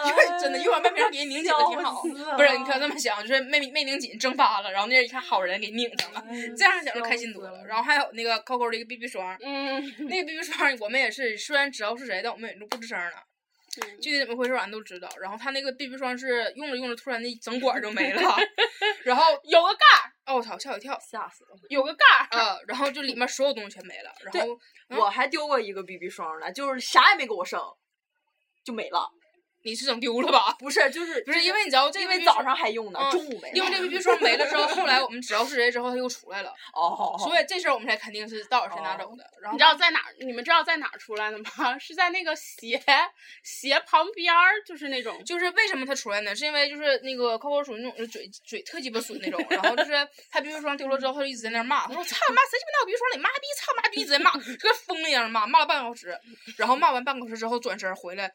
[SPEAKER 5] 一
[SPEAKER 4] 因为
[SPEAKER 3] 哎
[SPEAKER 4] 真的，一碗半瓶儿给你拧紧了挺好。不是，你可这么想，就是没没拧紧，蒸发了，然后那人一看好人给拧上了，
[SPEAKER 5] 哎
[SPEAKER 4] 这样想就开心多了。然后还有那个 Coco 的一个 BB 霜，
[SPEAKER 3] 嗯，
[SPEAKER 4] 那个 BB 霜我们也是，虽然知道是谁，但我们也就不吱声了。 具体怎么回事儿俺都知道。然后他那个 BB 霜是用着用着，突然那整管儿就 没了，然后
[SPEAKER 3] 有个盖儿，
[SPEAKER 4] 哦我操，吓我一跳。
[SPEAKER 5] 吓死了！
[SPEAKER 3] 有个盖儿，
[SPEAKER 4] 呃，然后就里面所有东西全没了，然
[SPEAKER 5] 对
[SPEAKER 4] 后嗯
[SPEAKER 5] 我还丢过一个 BB 霜呢，就是啥也没给我剩，就没了。
[SPEAKER 4] 你是整丢 了吧？
[SPEAKER 5] 不是，就是
[SPEAKER 4] 不是因为你知道这个
[SPEAKER 5] 因为
[SPEAKER 4] BB
[SPEAKER 5] 早
[SPEAKER 4] 霜
[SPEAKER 5] 上还用呢
[SPEAKER 4] 嗯，
[SPEAKER 5] 中午没了。
[SPEAKER 4] 因为这 BB 霜没了之后，后来我们知道是谁之后，他又出来了，
[SPEAKER 5] 哦，
[SPEAKER 4] 所以这事儿我们才肯定是到底谁拿走的。然
[SPEAKER 3] 哦
[SPEAKER 4] 后
[SPEAKER 3] 你知道在哪儿？你们知道在哪儿出来的吗？ 是在那个鞋鞋旁边儿，就是那种
[SPEAKER 4] 就是为什么他出来呢？是因为就是那个 Coco 属于那种就嘴嘴特鸡巴损那种，然后就是他 BB 霜丢了之后，他就一直在那儿骂，他 说：“操你妈，谁鸡巴拿我 BB 霜里骂逼，操你妈逼！”一直在骂，就跟疯了一样骂，骂了半个小 时，然后骂完半个小时之后转身回来，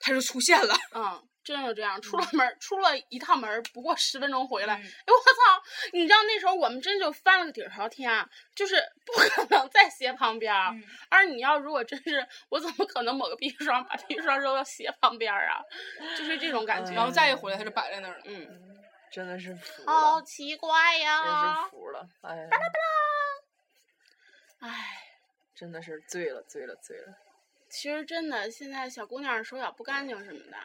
[SPEAKER 4] 他就出现了。
[SPEAKER 3] 嗯，真的就这样，出了门儿，出了一趟门儿，不过十分钟回来，哎
[SPEAKER 4] 嗯
[SPEAKER 3] 我操！你知道那时候我们真就翻了个底儿朝天啊，就是不可能在鞋旁边儿，
[SPEAKER 4] 嗯
[SPEAKER 3] 而你要如果真是，我怎么可能抹个 BB 霜把 BB 霜扔到鞋旁边儿啊？就是这种感觉，
[SPEAKER 4] 然后再一回来，他就摆在那儿了。
[SPEAKER 3] 嗯，
[SPEAKER 5] 真的是服
[SPEAKER 3] 好
[SPEAKER 5] 了，
[SPEAKER 3] 奇怪呀、
[SPEAKER 5] 真是服了，哎呀，
[SPEAKER 3] 唉，
[SPEAKER 5] 真的是醉了，醉了，醉了。
[SPEAKER 3] 其实真的现在小姑娘手脚不干净什么的，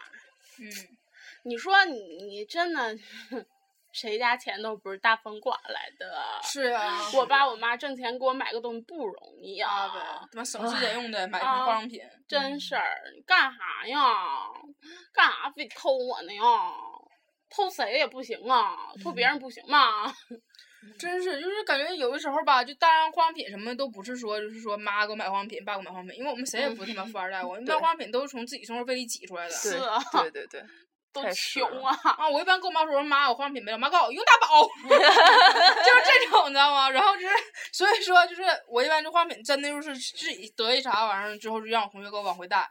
[SPEAKER 4] 嗯。
[SPEAKER 3] 你说你你真的， 谁家钱都不是大风刮来的。
[SPEAKER 4] 是啊，
[SPEAKER 3] 我爸我妈挣钱给我买个东西不容易
[SPEAKER 4] 啊
[SPEAKER 3] 啊，
[SPEAKER 4] 呗，他妈省吃俭用的买什么
[SPEAKER 3] 啊
[SPEAKER 4] 化妆品，
[SPEAKER 3] 真事儿，你干啥呀？干啥非偷我呢呀？偷谁也不行啊，偷别人不行吗？
[SPEAKER 4] 真是就是感觉有的时候吧，就当然化妆品什么的都不是说就是说妈给我买化妆品，爸给我买化妆品，因为我们谁也不是他妈富二代，我们买
[SPEAKER 5] 对
[SPEAKER 4] 化妆品都是从自己生活费里挤出来的。
[SPEAKER 5] 对
[SPEAKER 3] 是啊
[SPEAKER 5] 对对对，
[SPEAKER 3] 都
[SPEAKER 5] 太是
[SPEAKER 3] 穷啊！
[SPEAKER 4] 啊，我一般跟我妈说，妈，我化妆品没了，我妈告诉我用大宝，就是这种，你知道吗？然后就是，所以说就是我一般这化妆品真的就是自己得一啥玩意儿之后，就让我同学给我往回带。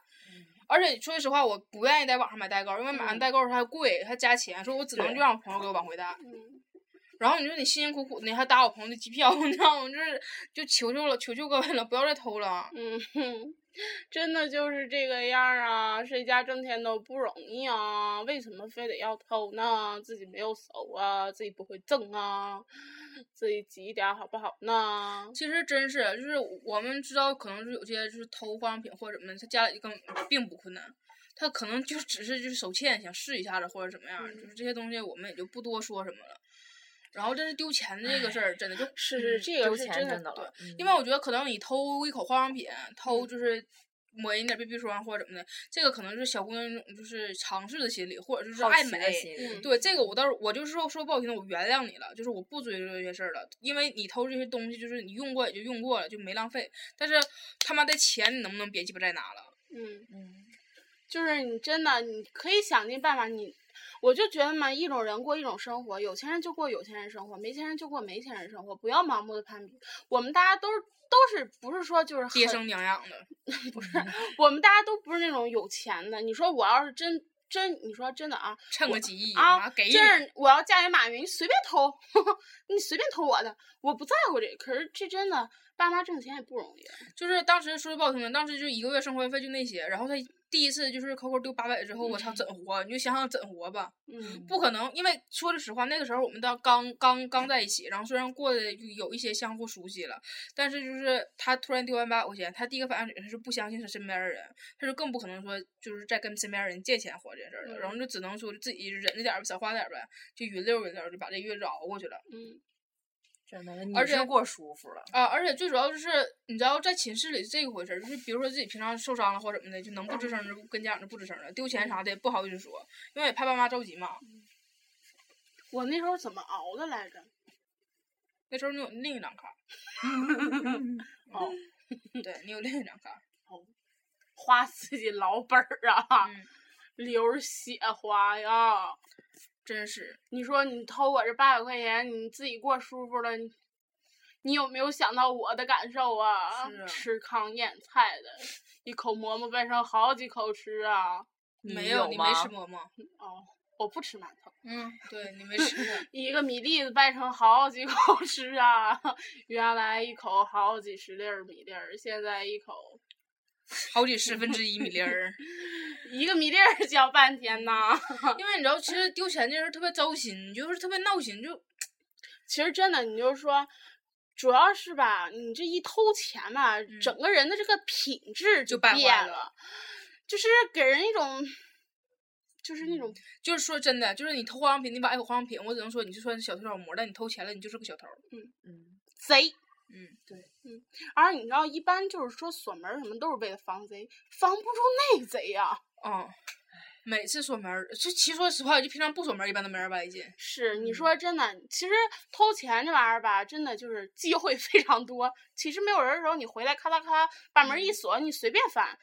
[SPEAKER 4] 而且说句实话，我不愿意在网上买代购，因为买完代购它还贵，还加钱，所以我只能
[SPEAKER 5] 对
[SPEAKER 4] 就让我朋友给我往回带。
[SPEAKER 3] 嗯
[SPEAKER 4] 然后你说你辛辛苦苦的，你还打我朋友的机票， 你知道吗？就是就求求了，求求各位了，不要再偷了啊。
[SPEAKER 3] 嗯哼，真的就是这个样儿啊！谁家挣钱都不容易啊，为什么非得要偷呢？自己没有手啊，自己不会挣啊，自己挤一点儿好不好呢？
[SPEAKER 4] 其实真是，就是我们知道，可能是有些就是偷化妆品或者什么的，他家里根本并不困难，他可能就只是就是手欠，想试一下子或者怎么样，
[SPEAKER 5] 嗯
[SPEAKER 4] 就是这些东西我们也就不多说什么了。然后这是丢钱的这个事儿，真的就是
[SPEAKER 3] 嗯是，这个
[SPEAKER 5] 丢
[SPEAKER 3] 是
[SPEAKER 5] 钱
[SPEAKER 3] 真
[SPEAKER 5] 真的
[SPEAKER 3] 对
[SPEAKER 5] 了，嗯嗯
[SPEAKER 4] 因为我觉得可能你偷一口化妆品，偷就是抹一点 BB 霜或者怎么的，这个可能是小姑娘那种就是尝试的心理，或者就是
[SPEAKER 5] 好
[SPEAKER 4] 爱
[SPEAKER 5] 奇
[SPEAKER 4] 美
[SPEAKER 5] 的心理，
[SPEAKER 3] 嗯
[SPEAKER 4] 对这个，我倒是我就是说说不好听的，我原谅你了，就是我不追究这些事儿了，因为你偷这些东西，就是你用过也就用过了，就没浪费。但是他妈的钱，你能不能别鸡巴再拿了？
[SPEAKER 3] 嗯，
[SPEAKER 5] 嗯，
[SPEAKER 3] 就是你真的，你可以想尽办法，你我就觉得嘛，一种人过一种生活，有钱人就过有钱人生活，没钱人就过没钱人生活，不要盲目的攀比。我们大家都是都是不是说就是
[SPEAKER 4] 爹
[SPEAKER 3] 很
[SPEAKER 4] 生娘养的，
[SPEAKER 3] 我们大家都不是那种有钱的。你说我要是真真，你说真的啊
[SPEAKER 4] 趁个几亿，妈
[SPEAKER 3] 啊，
[SPEAKER 4] 给你
[SPEAKER 3] 这，儿我要嫁给马云，你随便偷， 你随便偷我的，我不在乎这。可是这真的，爸妈挣钱也不容易。啊
[SPEAKER 4] 就是当时说句不好听的，当时就一个月生活费就那些，然后他第一次就是扣扣丢八百之后，我操，怎活？你就想想怎活吧。
[SPEAKER 3] 嗯
[SPEAKER 4] 不可能，因为说句实话，那个时候我们到刚刚刚在一起，然后虽然过得就有一些相互熟悉了，但是就是他突然丢完八百块钱，他第一个反应就是不相信他身边的人，他就更不可能说就是再跟身边人借钱还这件事儿了，然后就只能说自己忍着点儿吧，少花点儿呗，就匀溜匀溜就把这月熬过去了。
[SPEAKER 3] 嗯
[SPEAKER 5] 真的，你
[SPEAKER 4] 而
[SPEAKER 5] 是
[SPEAKER 4] 且
[SPEAKER 5] 嗯过舒服了，
[SPEAKER 4] 啊，而且最主要就是，你知道在寝室里这一回事儿，就是比如说自己平常受伤了或怎么的，就能不吱声儿就跟家长就不吱声儿了，丢钱啥的也不好意思说，因为也怕爸妈着急嘛。
[SPEAKER 3] 我那时候怎么熬的来着？
[SPEAKER 4] 那时候你有另一张 卡，
[SPEAKER 3] 哦，
[SPEAKER 4] 对你有另一张卡，
[SPEAKER 3] 花自己老本儿啊，
[SPEAKER 4] 嗯
[SPEAKER 3] 流着血花呀！
[SPEAKER 4] 真是
[SPEAKER 3] 你说你偷我这八百块钱，你自己过舒服了，你你有没有想到我的感受啊？
[SPEAKER 4] 是啊
[SPEAKER 3] 吃糠咽菜的，一口馍馍掰成好几口吃啊！
[SPEAKER 5] 你
[SPEAKER 4] 没
[SPEAKER 5] 有
[SPEAKER 4] 你
[SPEAKER 5] 吗
[SPEAKER 4] 没吃馍馍。
[SPEAKER 3] 哦，我不吃馒头，。
[SPEAKER 4] 嗯，对你没吃过
[SPEAKER 3] 一个米粒子掰成好几口吃啊！原来一口好几十粒儿米粒儿，现在一口
[SPEAKER 4] 好几十分之一米粒 儿，
[SPEAKER 3] 一个米粒儿嚼半天呐。
[SPEAKER 4] 因为你知道，其实丢钱这事儿特别糟心，就是特别闹心，就
[SPEAKER 3] 其实真的，你就是说，主要是吧，你这一偷钱吧，整个人的这个品质
[SPEAKER 4] 就败坏
[SPEAKER 3] 变
[SPEAKER 4] 了
[SPEAKER 3] 了，就是给人一种，就是那种
[SPEAKER 4] 就是说真的，就是你偷化妆品，你买一口化妆品，我只能说你就算是小偷小摸，但你偷钱了，你就是个小偷。
[SPEAKER 5] 嗯，
[SPEAKER 3] 贼。
[SPEAKER 4] 嗯，对，
[SPEAKER 3] 而你知道，一般就是说锁门儿什么都是为了防贼，防不住内贼啊呀、
[SPEAKER 4] 哦，每次锁门儿，就其实说实话，就平常不锁门儿，一般都没人歪进。
[SPEAKER 3] 是，你说真的，其实偷钱这玩意儿吧，真的就是机会非常多。其实没有人的时候，你回来咔嚓咔嚓把门一锁，你随便翻。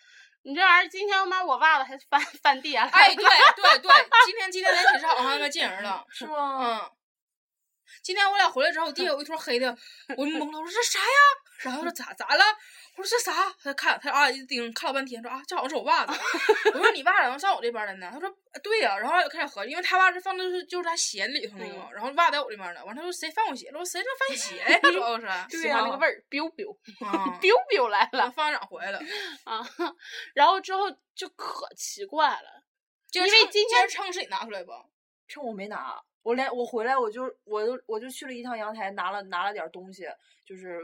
[SPEAKER 3] 你这玩意儿，今天妈我袜子还翻翻地下来
[SPEAKER 4] 哎，
[SPEAKER 3] 了
[SPEAKER 4] 对对对，今天今天咱寝室好像还进人了。
[SPEAKER 5] 是吗？
[SPEAKER 4] 嗯，今天我俩回来之后，地下有一坨黑的，我就懵了，我说这啥呀？然后说咋咋了？我说这啥？他看他啊一盯，看老半天，说啊这好像是我袜子。我说你袜子怎么上我这边来呢？他说呃对呀、然后就开始合计，因为他袜子放的是就是他鞋里头那个嘛，然后袜子在我这边呢。完他说谁放我鞋了？我说谁能翻鞋呀？主要是啊
[SPEAKER 5] 对
[SPEAKER 3] 喜欢那
[SPEAKER 5] 呀
[SPEAKER 3] 个味儿，biu biu
[SPEAKER 4] 啊
[SPEAKER 3] biu biu 来了
[SPEAKER 4] 放学长回来了，
[SPEAKER 3] 啊， 然后之后就可奇怪了，
[SPEAKER 4] 因
[SPEAKER 3] 因为今天
[SPEAKER 4] 秤是你拿出来吧？
[SPEAKER 5] 趁我没拿，我连我回来我就我就我就去了一趟阳台，拿了拿了点儿东西，就是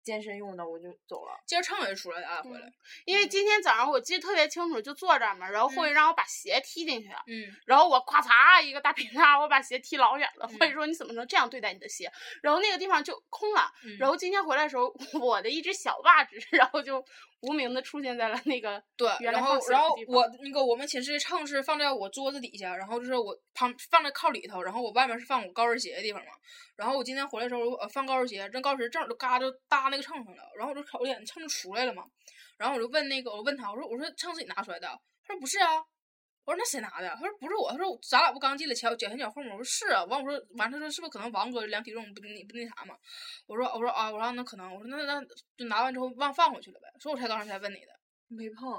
[SPEAKER 5] 健身用的，我就走了。
[SPEAKER 4] 今儿秤也是出来的，啊，回来。
[SPEAKER 3] 因为今天早上我记得特别清楚，就坐这儿嘛，然后慧让我把鞋踢进去，啊
[SPEAKER 4] 嗯，
[SPEAKER 3] 然后我咵嚓一个大平叉，我把鞋踢老远了。
[SPEAKER 4] 嗯
[SPEAKER 3] 慧说你怎么能这样对待你的鞋？然后那个地方就空了。
[SPEAKER 4] 嗯
[SPEAKER 3] 然后今天回来的时候， 我的一只小袜子，然后就无名的出现在了那个
[SPEAKER 4] 对，
[SPEAKER 3] 原来
[SPEAKER 4] 然
[SPEAKER 3] 放
[SPEAKER 4] 后
[SPEAKER 3] 鞋
[SPEAKER 4] 然
[SPEAKER 3] 的
[SPEAKER 4] 后
[SPEAKER 3] 地方
[SPEAKER 4] 我那个我们寝室秤是放在我桌子底下，然后就是我旁放在靠里头，然后我外面是放我高跟鞋的地方嘛。然后我今天回来的时候，我放高跟鞋，这高跟鞋正好就嘎就搭那个秤上了，然后我就瞅一眼，秤就出来了嘛。然后我就问那个，我问他，我说我说秤是你拿出来的？他说不是啊。我说那谁拿的？他说不是我。他说咱俩不刚进来前脚前脚后吗？我说是啊。完我说完他说是不是可能王哥量体重不你不那啥嘛？我说我说啊我说那可能我说那那就拿完之后忘放回去了呗。所以我才刚才才问你的。
[SPEAKER 5] 没碰，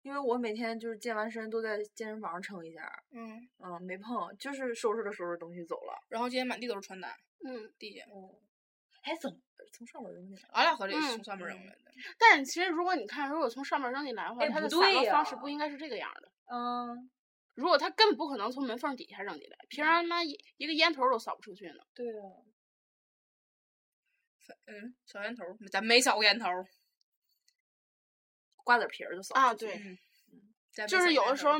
[SPEAKER 5] 因为我每天就是健完身都在健身房称一下儿，
[SPEAKER 4] 嗯。
[SPEAKER 5] 嗯，没碰，就是收拾了收拾东西走了。
[SPEAKER 4] 然后今天满地都是传单，
[SPEAKER 3] 嗯，
[SPEAKER 4] 地下，
[SPEAKER 5] 哦，哎，怎么从上面扔的？
[SPEAKER 4] 俺俩合计
[SPEAKER 3] 嗯
[SPEAKER 4] 从上面扔来的。
[SPEAKER 3] 但是其实如果你看，如果从上面扔进来的话，
[SPEAKER 5] 哎
[SPEAKER 3] 它
[SPEAKER 5] 不
[SPEAKER 3] 的散
[SPEAKER 5] 对
[SPEAKER 3] 落方式
[SPEAKER 5] 呀
[SPEAKER 3] 不应该是这个样的。
[SPEAKER 5] 嗯，
[SPEAKER 3] 如果它根本不可能从门缝底下扔进来，平常他妈一一个烟头都扫不出去呢。
[SPEAKER 5] 对啊，
[SPEAKER 4] 嗯，扫烟头，咱没扫过烟头，
[SPEAKER 5] 瓜子皮儿就扫
[SPEAKER 3] 啊
[SPEAKER 5] 出去
[SPEAKER 3] 对
[SPEAKER 5] 了
[SPEAKER 4] 咱没
[SPEAKER 3] 就
[SPEAKER 4] 扫
[SPEAKER 3] 是
[SPEAKER 4] 过
[SPEAKER 3] 有
[SPEAKER 4] 烟
[SPEAKER 3] 的
[SPEAKER 4] 头
[SPEAKER 3] 时候，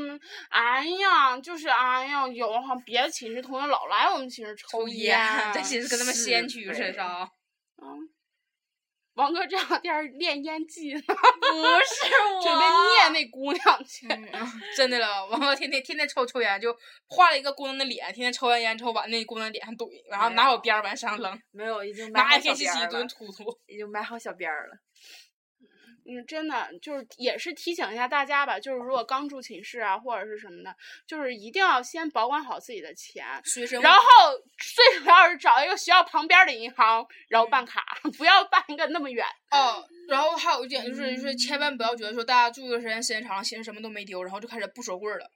[SPEAKER 3] 哎呀，就是哎呀，有哈别的寝室同学老来我们寝室
[SPEAKER 4] 抽
[SPEAKER 3] 烟，
[SPEAKER 4] 咱寻思跟他们
[SPEAKER 5] 是
[SPEAKER 4] 先驱
[SPEAKER 5] 呗
[SPEAKER 4] 似的啊。
[SPEAKER 3] 嗯，王哥这两天练烟技呢，
[SPEAKER 4] 不是我
[SPEAKER 3] 准备灭那姑娘去。
[SPEAKER 4] 嗯真的了，王哥天天天天抽抽烟，就画了一个姑娘的脸，天天抽完烟之后往那姑娘脸上怼，然后拿小鞭儿往身上扔，
[SPEAKER 5] 没有，已经买
[SPEAKER 4] 拿
[SPEAKER 5] 好
[SPEAKER 4] 一
[SPEAKER 5] 小
[SPEAKER 4] 天信
[SPEAKER 5] 鞭
[SPEAKER 4] 息
[SPEAKER 5] 儿
[SPEAKER 4] 一
[SPEAKER 5] 了
[SPEAKER 4] 顿，突突。
[SPEAKER 5] 已经买好小鞭儿了。
[SPEAKER 3] 嗯，真的就是也是提醒一下大家吧，就是如果刚住寝室啊或者是什么的，就是一定要先保管好自己的钱，
[SPEAKER 4] 学生
[SPEAKER 3] 然后最主要是找一个学校旁边的银行，然后办卡， 不要办一个那么远。
[SPEAKER 4] 哦，然后还有一点就是，
[SPEAKER 3] 嗯
[SPEAKER 4] 就是千万不要觉得说大家住的时间时间长了，寻思什么都没丢，然后就开始不说棍儿了。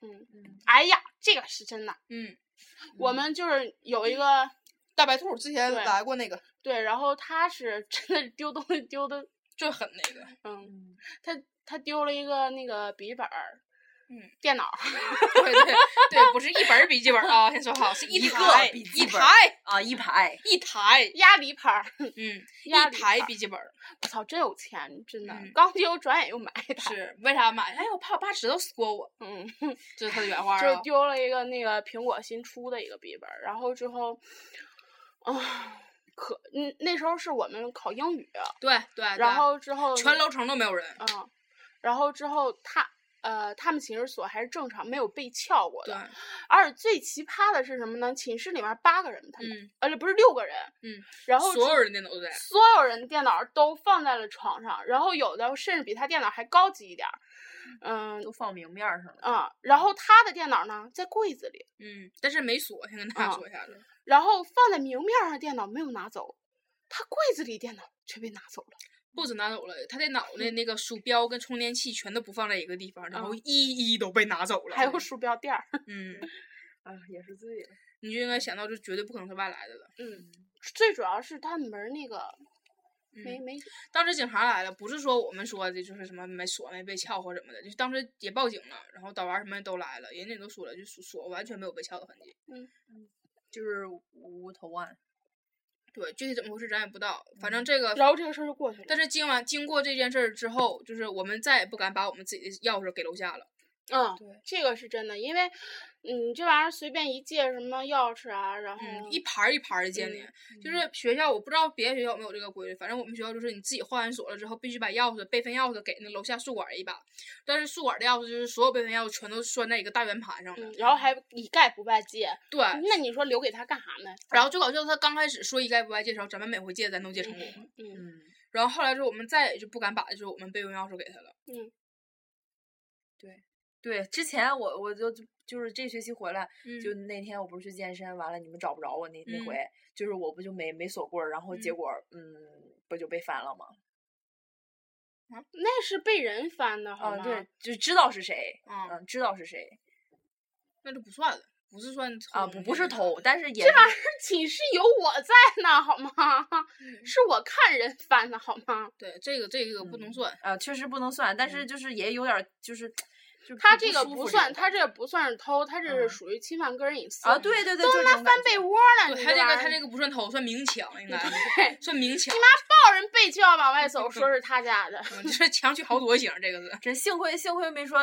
[SPEAKER 3] 哎呀，这个是真的，
[SPEAKER 4] 嗯，
[SPEAKER 3] 我们就是有一个
[SPEAKER 4] 大白兔之前
[SPEAKER 3] 对
[SPEAKER 4] 来过那个，
[SPEAKER 3] 对，然后他是 真的丢东西丢的，
[SPEAKER 4] 最狠那个。
[SPEAKER 3] 嗯，他他丢了一个那个笔记本儿，
[SPEAKER 4] 嗯，
[SPEAKER 3] 电脑儿，
[SPEAKER 4] 对对对，不是一本儿笔记本儿啊，先说好，是
[SPEAKER 5] 一个
[SPEAKER 4] 台
[SPEAKER 5] 笔
[SPEAKER 4] 一
[SPEAKER 5] 记本
[SPEAKER 4] 台
[SPEAKER 5] 儿啊，一排
[SPEAKER 4] 一台，
[SPEAKER 3] 压力牌儿，
[SPEAKER 4] 嗯，一
[SPEAKER 3] 压力牌
[SPEAKER 4] 台
[SPEAKER 3] 儿
[SPEAKER 4] 笔记本儿。
[SPEAKER 3] 我操，真有钱，真的，
[SPEAKER 4] 嗯
[SPEAKER 3] 刚丢转眼又买一台，
[SPEAKER 4] 是为啥买？哎，我怕我爸知道说我，
[SPEAKER 3] 嗯，
[SPEAKER 4] 这是他的原话
[SPEAKER 3] 就
[SPEAKER 4] 啊。
[SPEAKER 3] 丢了一个那个苹果新出的一个笔记本儿，然后之后，啊。可嗯，那时候是我们考英语，
[SPEAKER 4] 对对，
[SPEAKER 3] 然
[SPEAKER 4] 对
[SPEAKER 3] 后之后
[SPEAKER 4] 全楼层都没有人。
[SPEAKER 3] 嗯，然后之后他呃，他们寝室锁还是正常，没有被撬过
[SPEAKER 4] 对，
[SPEAKER 3] 的。而且最奇葩的是什么呢？寝室里面八个人，他们、
[SPEAKER 4] 嗯，
[SPEAKER 3] 呃不是六个人，
[SPEAKER 4] 嗯，
[SPEAKER 3] 然后
[SPEAKER 4] 所
[SPEAKER 3] 是
[SPEAKER 4] 有人电脑都在。
[SPEAKER 3] 所有人的电脑都放在了床上，然后有的甚至比他电脑还高级一点儿，嗯
[SPEAKER 5] 都放明面儿上了。
[SPEAKER 3] 嗯，然后他的电脑呢在柜子里，
[SPEAKER 4] 嗯，但是没锁，先跟大家
[SPEAKER 3] 啊
[SPEAKER 4] 说一下子。
[SPEAKER 3] 然后放在明面上的电脑没有拿走，他柜子里电脑却被拿走了。
[SPEAKER 4] 不止拿走了，他电脑的那个鼠标跟充电器全都不放在一个地方，然后
[SPEAKER 3] 嗯
[SPEAKER 4] 一一都被拿走了。
[SPEAKER 3] 还有鼠标垫儿，
[SPEAKER 4] 嗯，
[SPEAKER 5] 啊，也是醉了。
[SPEAKER 4] 你就应该想到，这绝对不可能是外来的了。
[SPEAKER 3] 嗯，最主要是他门儿那个没
[SPEAKER 4] 嗯
[SPEAKER 3] 没
[SPEAKER 4] 当时警察来了，不是说我们说的就是什么没锁、没被撬或什么的，就是当时也报警了，然后导员什么的都来了，人家也都说了，就锁锁完全没有被撬的痕迹。
[SPEAKER 5] 就是无头啊案，
[SPEAKER 4] 对，具体怎么回事咱也不知道，反正这个。
[SPEAKER 3] 嗯然后这个事儿就过去了。
[SPEAKER 4] 但是今晚经过这件事儿之后，就是我们再也不敢把我们自己的钥匙给楼下了。
[SPEAKER 3] 嗯
[SPEAKER 4] 对，
[SPEAKER 3] 这个是真的，因为嗯，这玩意儿随便一借什么钥匙啊，然后
[SPEAKER 4] 嗯，一盘儿一盘儿的建立，
[SPEAKER 3] 嗯
[SPEAKER 4] 就是学校我不知道别的学校有没有这个规律，反正我们学校就是你自己换完锁了之后，必须把钥匙备份钥匙给那楼下宿管一把，但是宿管的钥匙就是所有备份钥匙全都拴在一个大圆盘上的，
[SPEAKER 3] 嗯，然后还一概不外借，
[SPEAKER 4] 对。
[SPEAKER 3] 那你说留给他干啥呢？
[SPEAKER 4] 然后最搞笑的是，他刚开始说一概不外借的时候，咱们每回借咱都借成功了。
[SPEAKER 3] 嗯，
[SPEAKER 5] 嗯，
[SPEAKER 4] 然后后来之后，我们再也就不敢把就是我们备用钥匙给他了。
[SPEAKER 5] 对，之前我我就就是这学期回来，
[SPEAKER 4] 嗯
[SPEAKER 5] 就那天我不是去健身，完了你们找不着我那那
[SPEAKER 4] 嗯
[SPEAKER 5] 回，就是我不就没没锁棍儿，然后结
[SPEAKER 4] 嗯
[SPEAKER 5] 果嗯不就被翻了吗？
[SPEAKER 3] 那是被人翻的，好
[SPEAKER 4] 哦
[SPEAKER 5] 嗯，
[SPEAKER 3] 吗？
[SPEAKER 5] 对，就知道是谁，
[SPEAKER 4] 啊、
[SPEAKER 5] 嗯，知道是谁
[SPEAKER 4] 那就不算了，不是算偷
[SPEAKER 5] 啊，
[SPEAKER 4] 东西
[SPEAKER 5] 不不
[SPEAKER 4] 的
[SPEAKER 5] 是偷，但是也
[SPEAKER 3] 这玩意
[SPEAKER 5] 是
[SPEAKER 3] 儿寝室有我在呢，好吗？是我看人翻的，好吗？
[SPEAKER 4] 对这个这个不能
[SPEAKER 5] 嗯
[SPEAKER 4] 算。
[SPEAKER 5] 啊，确实不能算，但是
[SPEAKER 4] 嗯
[SPEAKER 5] 就是也有点儿就是就
[SPEAKER 3] 他
[SPEAKER 5] 嗯不
[SPEAKER 3] 这个
[SPEAKER 5] 舒
[SPEAKER 3] 不
[SPEAKER 5] 服
[SPEAKER 3] 算，
[SPEAKER 5] 种
[SPEAKER 3] 他这个不算是偷，他这是
[SPEAKER 5] 嗯
[SPEAKER 3] 属于侵犯个人隐私
[SPEAKER 5] 啊，对对对，
[SPEAKER 3] 都
[SPEAKER 5] 就
[SPEAKER 3] 他妈
[SPEAKER 5] 是这种感
[SPEAKER 3] 翻被
[SPEAKER 5] 觉
[SPEAKER 3] 窝了，
[SPEAKER 4] 对，
[SPEAKER 3] 你
[SPEAKER 4] 他这
[SPEAKER 3] 玩
[SPEAKER 4] 个
[SPEAKER 3] 意
[SPEAKER 4] 他
[SPEAKER 3] 儿
[SPEAKER 4] 这个不算偷，算明抢应该
[SPEAKER 3] 对
[SPEAKER 4] 算明抢。
[SPEAKER 3] 抱人被就要往外走，说是他家 的，
[SPEAKER 4] 嗯，就是强取豪夺型，这个是。
[SPEAKER 5] 真幸亏幸亏没说，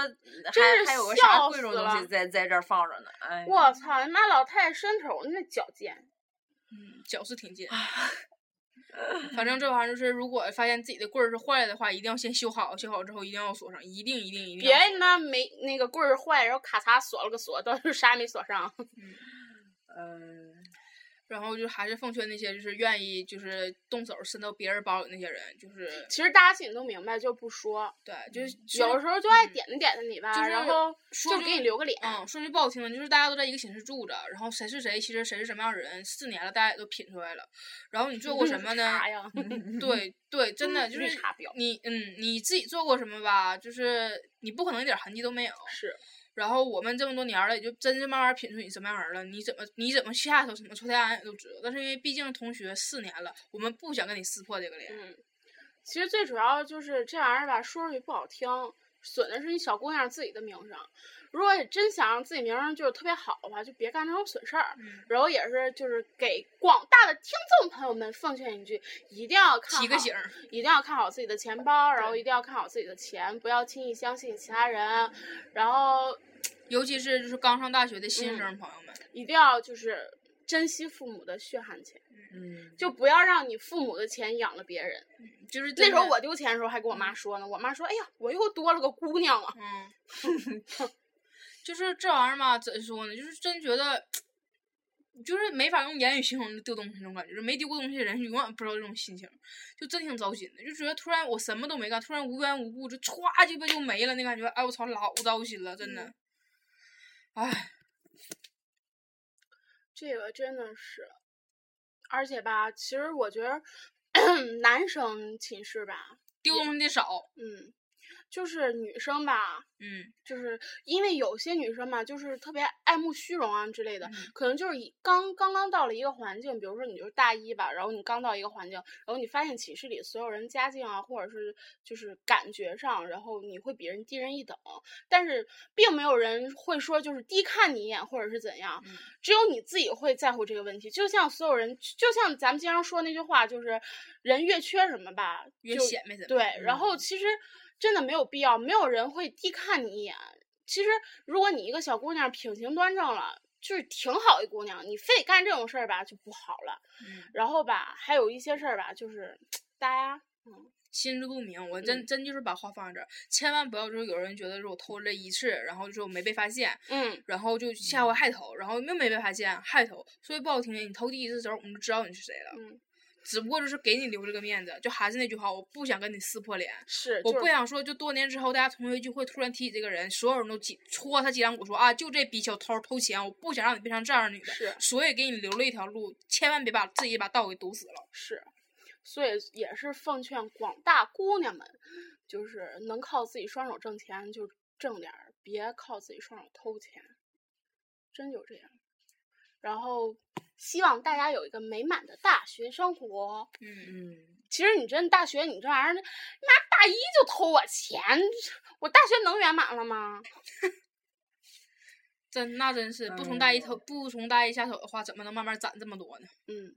[SPEAKER 3] 真
[SPEAKER 5] 还
[SPEAKER 3] 是
[SPEAKER 5] 还有个啥
[SPEAKER 3] 笑
[SPEAKER 5] 贵重
[SPEAKER 3] 死
[SPEAKER 5] 东西
[SPEAKER 3] 了
[SPEAKER 5] 在在这儿放着呢，哎，
[SPEAKER 3] 我操！你妈老太太伸手那矫健，
[SPEAKER 4] 嗯，脚是挺尖。反正这玩意儿就是，如果发现自己的棍儿是坏了的话，一定要先修好，修好之后一定要锁上，一定一定一定
[SPEAKER 3] 别
[SPEAKER 4] 要锁。
[SPEAKER 3] 你妈没那个棍儿坏，然后咔嚓锁了个锁，到时候啥也没锁上。
[SPEAKER 5] 嗯，
[SPEAKER 4] 然后就还是奉劝那些就是愿意就是动手伸到别人包里那些人，就是
[SPEAKER 3] 其实大家心里都明白，就不说，
[SPEAKER 4] 对，就是
[SPEAKER 3] 有时候就爱
[SPEAKER 4] 嗯
[SPEAKER 3] 点着点着你吧，
[SPEAKER 4] 就是
[SPEAKER 3] 然后
[SPEAKER 4] 说
[SPEAKER 3] 就
[SPEAKER 4] 句
[SPEAKER 3] 给你留个脸。
[SPEAKER 4] 嗯，说句不好听的，就是大家都在一个寝室住着，然后谁是谁，其实谁是什么样的人，四年了大家也都品出来了。然后你做过什么呢
[SPEAKER 3] 啥？呀？
[SPEAKER 4] 对对，真的就
[SPEAKER 3] 绿
[SPEAKER 4] 是
[SPEAKER 3] 茶婊
[SPEAKER 4] 你嗯你自己做过什么吧，就是你不可能一点痕迹都没有。
[SPEAKER 3] 是，
[SPEAKER 4] 然后我们这么多年了，也就真是慢慢品出你什么样人了，你怎么你怎么下手，怎么抽大家也都知道。但是因为毕竟同学四年了，我们不想跟你撕破这个脸。
[SPEAKER 3] 嗯，其实最主要就是这玩意儿吧，说出去不好听，损的是你小姑娘自己的名声。如果真想让自己名声就是特别好的话，就别干这种损事儿。
[SPEAKER 4] 嗯，
[SPEAKER 3] 然后也是就是给广大的听众朋友们奉劝一句，一定要看
[SPEAKER 4] 提个
[SPEAKER 3] 好
[SPEAKER 4] 醒儿，
[SPEAKER 3] 一定要看好自己的钱包，然后
[SPEAKER 4] 对
[SPEAKER 3] 一定要看好自己的钱，不要轻易相信其他人，然后
[SPEAKER 4] 尤其是就是刚上大学的新
[SPEAKER 3] 嗯
[SPEAKER 4] 生朋友们，
[SPEAKER 3] 一定要就是珍惜父母的血汗钱，
[SPEAKER 5] 嗯，
[SPEAKER 3] 就不要让你父母的钱养了别人。
[SPEAKER 4] 就是
[SPEAKER 3] 那
[SPEAKER 4] 真
[SPEAKER 3] 时候
[SPEAKER 4] 的
[SPEAKER 3] 我丢钱的时候还跟我妈说呢，我妈说：“哎呀，我又多了个姑娘啊。
[SPEAKER 4] 嗯，就是这玩意儿嘛，怎说呢？就是真觉得，就是没法用言语形容丢东西那种感觉，就是没丢过东西的人永远不知道这种心情，就真挺糟心的，就觉得突然我什么都没干，突然无缘无故就歘鸡巴就没了，那感觉，哎我操，老糟心了，真的。
[SPEAKER 3] 嗯
[SPEAKER 4] 哎，”
[SPEAKER 3] 这个真的是，而且吧，其实我觉得 男生寝室吧，
[SPEAKER 4] 丢东西的少，
[SPEAKER 3] 嗯，就是女生吧，
[SPEAKER 4] 嗯，
[SPEAKER 3] 就是因为有些女生嘛，就是特别爱慕虚荣啊之类的，
[SPEAKER 4] 嗯
[SPEAKER 3] 可能就是以刚刚刚到了一个环境，比如说你就是大一吧，然后你刚到一个环境，然后你发现寝室里所有人家境啊，或者是就是感觉上，然后你会比人低人一等，但是并没有人会说就是低看你一眼或者是怎样，
[SPEAKER 4] 嗯
[SPEAKER 3] 只有你自己会在乎这个问题。就像所有人，就像咱们经常说那句话，就是人越缺什么吧，
[SPEAKER 4] 越
[SPEAKER 3] 就
[SPEAKER 4] 显摆怎么？
[SPEAKER 3] 对，然后其实真的没有必要，没有人会低看你一眼。其实如果你一个小姑娘品行端正了，就是挺好一姑娘，你非得干这种事儿吧，就不好了。
[SPEAKER 4] 嗯，
[SPEAKER 3] 然后吧，还有一些事儿吧，就是大家
[SPEAKER 4] 心知肚明，我真、
[SPEAKER 3] 嗯
[SPEAKER 4] 真就是把话放在这儿，千万不要就是有人觉得是我偷了一次，然后就是我没被发现，
[SPEAKER 3] 嗯
[SPEAKER 4] 然后就下回还投，然后又没被发现还投，说句不好听的，你投第一次的时候我们就知道你是谁了，
[SPEAKER 3] 嗯
[SPEAKER 4] 只不过就是给你留这个面子，就还是那句话，我不想跟你撕破脸，
[SPEAKER 3] 是，
[SPEAKER 4] 我
[SPEAKER 3] 就
[SPEAKER 4] 不
[SPEAKER 3] 是
[SPEAKER 4] 想说就多年之后大家同学聚会突然提起这个人，所有人都挤戳他脊梁骨说啊就这逼小偷偷钱，我不想让你变成这样的女的，
[SPEAKER 3] 是
[SPEAKER 4] 所以给你留了一条路，千万别把自己把道给堵死了。
[SPEAKER 3] 是，所以也是奉劝广大姑娘们，就是能靠自己双手挣钱就挣点儿，别靠自己双手偷钱，真就这样。然后希望大家有一个美满的大学生活。
[SPEAKER 4] 嗯，
[SPEAKER 5] 嗯，
[SPEAKER 3] 其实你真大学你这玩意儿，妈大一就偷我钱，我大学能圆满了吗？
[SPEAKER 4] 真那真是不从大一头不从大一下手的话，怎么能慢慢攒这么多呢？
[SPEAKER 3] 嗯，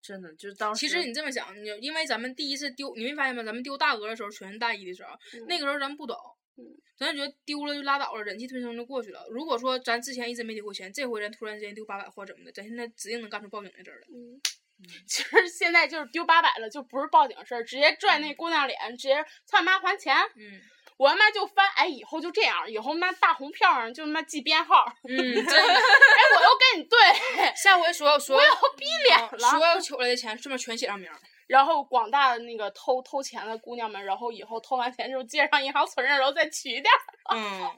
[SPEAKER 5] 真的就是当时
[SPEAKER 4] 其实你这么想，你因为咱们第一次丢，你没发现吗？咱们丢大鹅的时候，全是大一的时候，那
[SPEAKER 3] 个
[SPEAKER 4] 个时候咱不懂
[SPEAKER 3] 嗯，
[SPEAKER 4] 咱就觉得丢了就拉倒了，忍气吞声就过去了。如果说咱之前一直没丢过钱，这回人突然之间丢八百或者怎么的，咱现在指定能干出报警的事儿来。
[SPEAKER 3] 嗯，其实现在 就是丢八百了，就不是报警事儿，直接拽那姑娘脸，直接操你妈还钱。
[SPEAKER 4] 嗯
[SPEAKER 3] 我他妈就翻，哎，以后就这样，以后妈大红票上就他妈记编号，
[SPEAKER 4] 嗯，真 的，
[SPEAKER 3] 哎，我又跟你对，
[SPEAKER 4] 下回 所有所有
[SPEAKER 3] 我逼脸
[SPEAKER 4] 啊
[SPEAKER 3] 了。
[SPEAKER 4] 所有取来的钱，顺便全写上名儿。
[SPEAKER 3] 然后广大的那个偷偷钱的姑娘们，然后以后偷完钱之后接上银行存着，然后再取一点儿。
[SPEAKER 4] 嗯，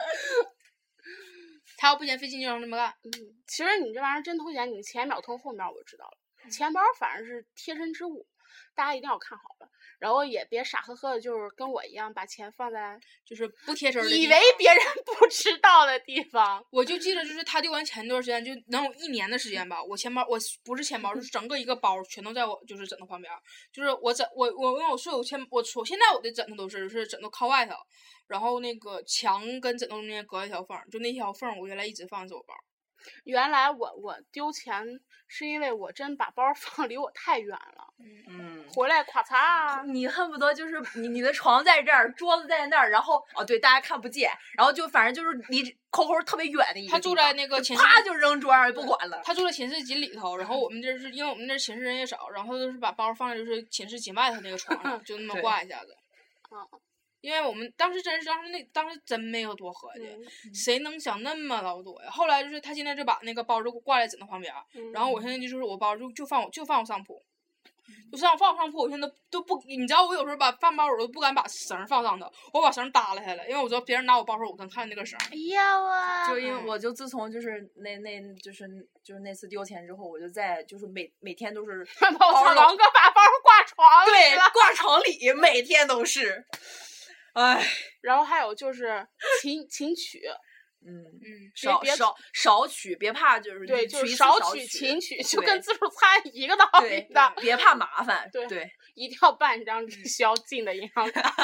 [SPEAKER 4] 他要不嫌费劲，就让他这么干。
[SPEAKER 3] 嗯，其实你这玩意儿真偷钱，你前一秒偷，后秒我知道了。
[SPEAKER 4] 嗯
[SPEAKER 3] 钱包反正是贴身之物，大家一定要看好了，然后也别傻呵呵的，就是跟我一样把钱放在
[SPEAKER 4] 就是不贴身儿的地
[SPEAKER 3] 以
[SPEAKER 4] 方。
[SPEAKER 3] 为别人不知道的地方。
[SPEAKER 4] 我就记得，就是他丢完钱那段时间，就能有一年的时间吧。我钱包，我不是钱
[SPEAKER 5] 嗯
[SPEAKER 4] 包，就是整个一个包儿全都在我就是枕头旁边儿，就是我枕我我因为我睡我钱我我现在我的枕头都是就是枕头靠外头，然后那个墙跟枕头中间隔一条缝儿，就那条缝儿我原来一直放的是我包儿。
[SPEAKER 3] 原来我我丢钱是因为我真把包 放离我太远了。
[SPEAKER 5] 嗯。
[SPEAKER 3] 回来啊咵
[SPEAKER 4] 嗯
[SPEAKER 3] 嚓，
[SPEAKER 5] 你恨不得就是你你的床在这儿，桌子在那儿，然后哦对，大家看不见，然后就反正就是离抠抠特别远的一个地
[SPEAKER 4] 他
[SPEAKER 5] 方，
[SPEAKER 4] 住在那个寝室
[SPEAKER 5] 啪就扔桌上也不管了。
[SPEAKER 4] 他住在寝室紧里头，然后我们这儿是因为我们这儿寝室人也少，然后就是把包放在就是寝室紧外头那个床上，就那么
[SPEAKER 5] 对嗯
[SPEAKER 4] 挂一下子
[SPEAKER 3] 哦。
[SPEAKER 4] 因为我们当时真是当时那当时真没有多合计，
[SPEAKER 3] 嗯
[SPEAKER 4] 谁能想那么老多呀？后来就是他现在就把那个包就挂在枕头旁边儿，然后我现在就是我包就就放我就放我上铺，就上放我上铺，我现在都不你知道我有时候把饭包我都不敢把绳儿放上头，我把绳儿耷拉下来，因为我知道别人拿我包时候我能看那根绳儿。
[SPEAKER 3] 哎呀我
[SPEAKER 5] 就因为我就自从就是那那就是就是那次丢钱之后，我就在就是每每天都 是
[SPEAKER 3] 我
[SPEAKER 5] 包
[SPEAKER 3] 操，
[SPEAKER 5] 容
[SPEAKER 3] 王哥把包挂床里
[SPEAKER 5] 对
[SPEAKER 3] 了。
[SPEAKER 5] 挂床里，每天都是，哎，
[SPEAKER 3] 然后还有就是琴琴曲，
[SPEAKER 5] 嗯，
[SPEAKER 4] 嗯，
[SPEAKER 5] 少
[SPEAKER 3] 别
[SPEAKER 5] 少少取，别怕就是
[SPEAKER 3] 对，
[SPEAKER 5] 你
[SPEAKER 3] 就
[SPEAKER 5] 取
[SPEAKER 3] 是
[SPEAKER 5] 一次
[SPEAKER 3] 少
[SPEAKER 5] 取
[SPEAKER 3] 取琴曲，就
[SPEAKER 5] 对
[SPEAKER 3] 跟自助餐一个道理
[SPEAKER 5] 对
[SPEAKER 3] 的，
[SPEAKER 5] 别怕麻烦，
[SPEAKER 3] 对
[SPEAKER 5] 对，
[SPEAKER 3] 一定要办一张需要进的银行卡。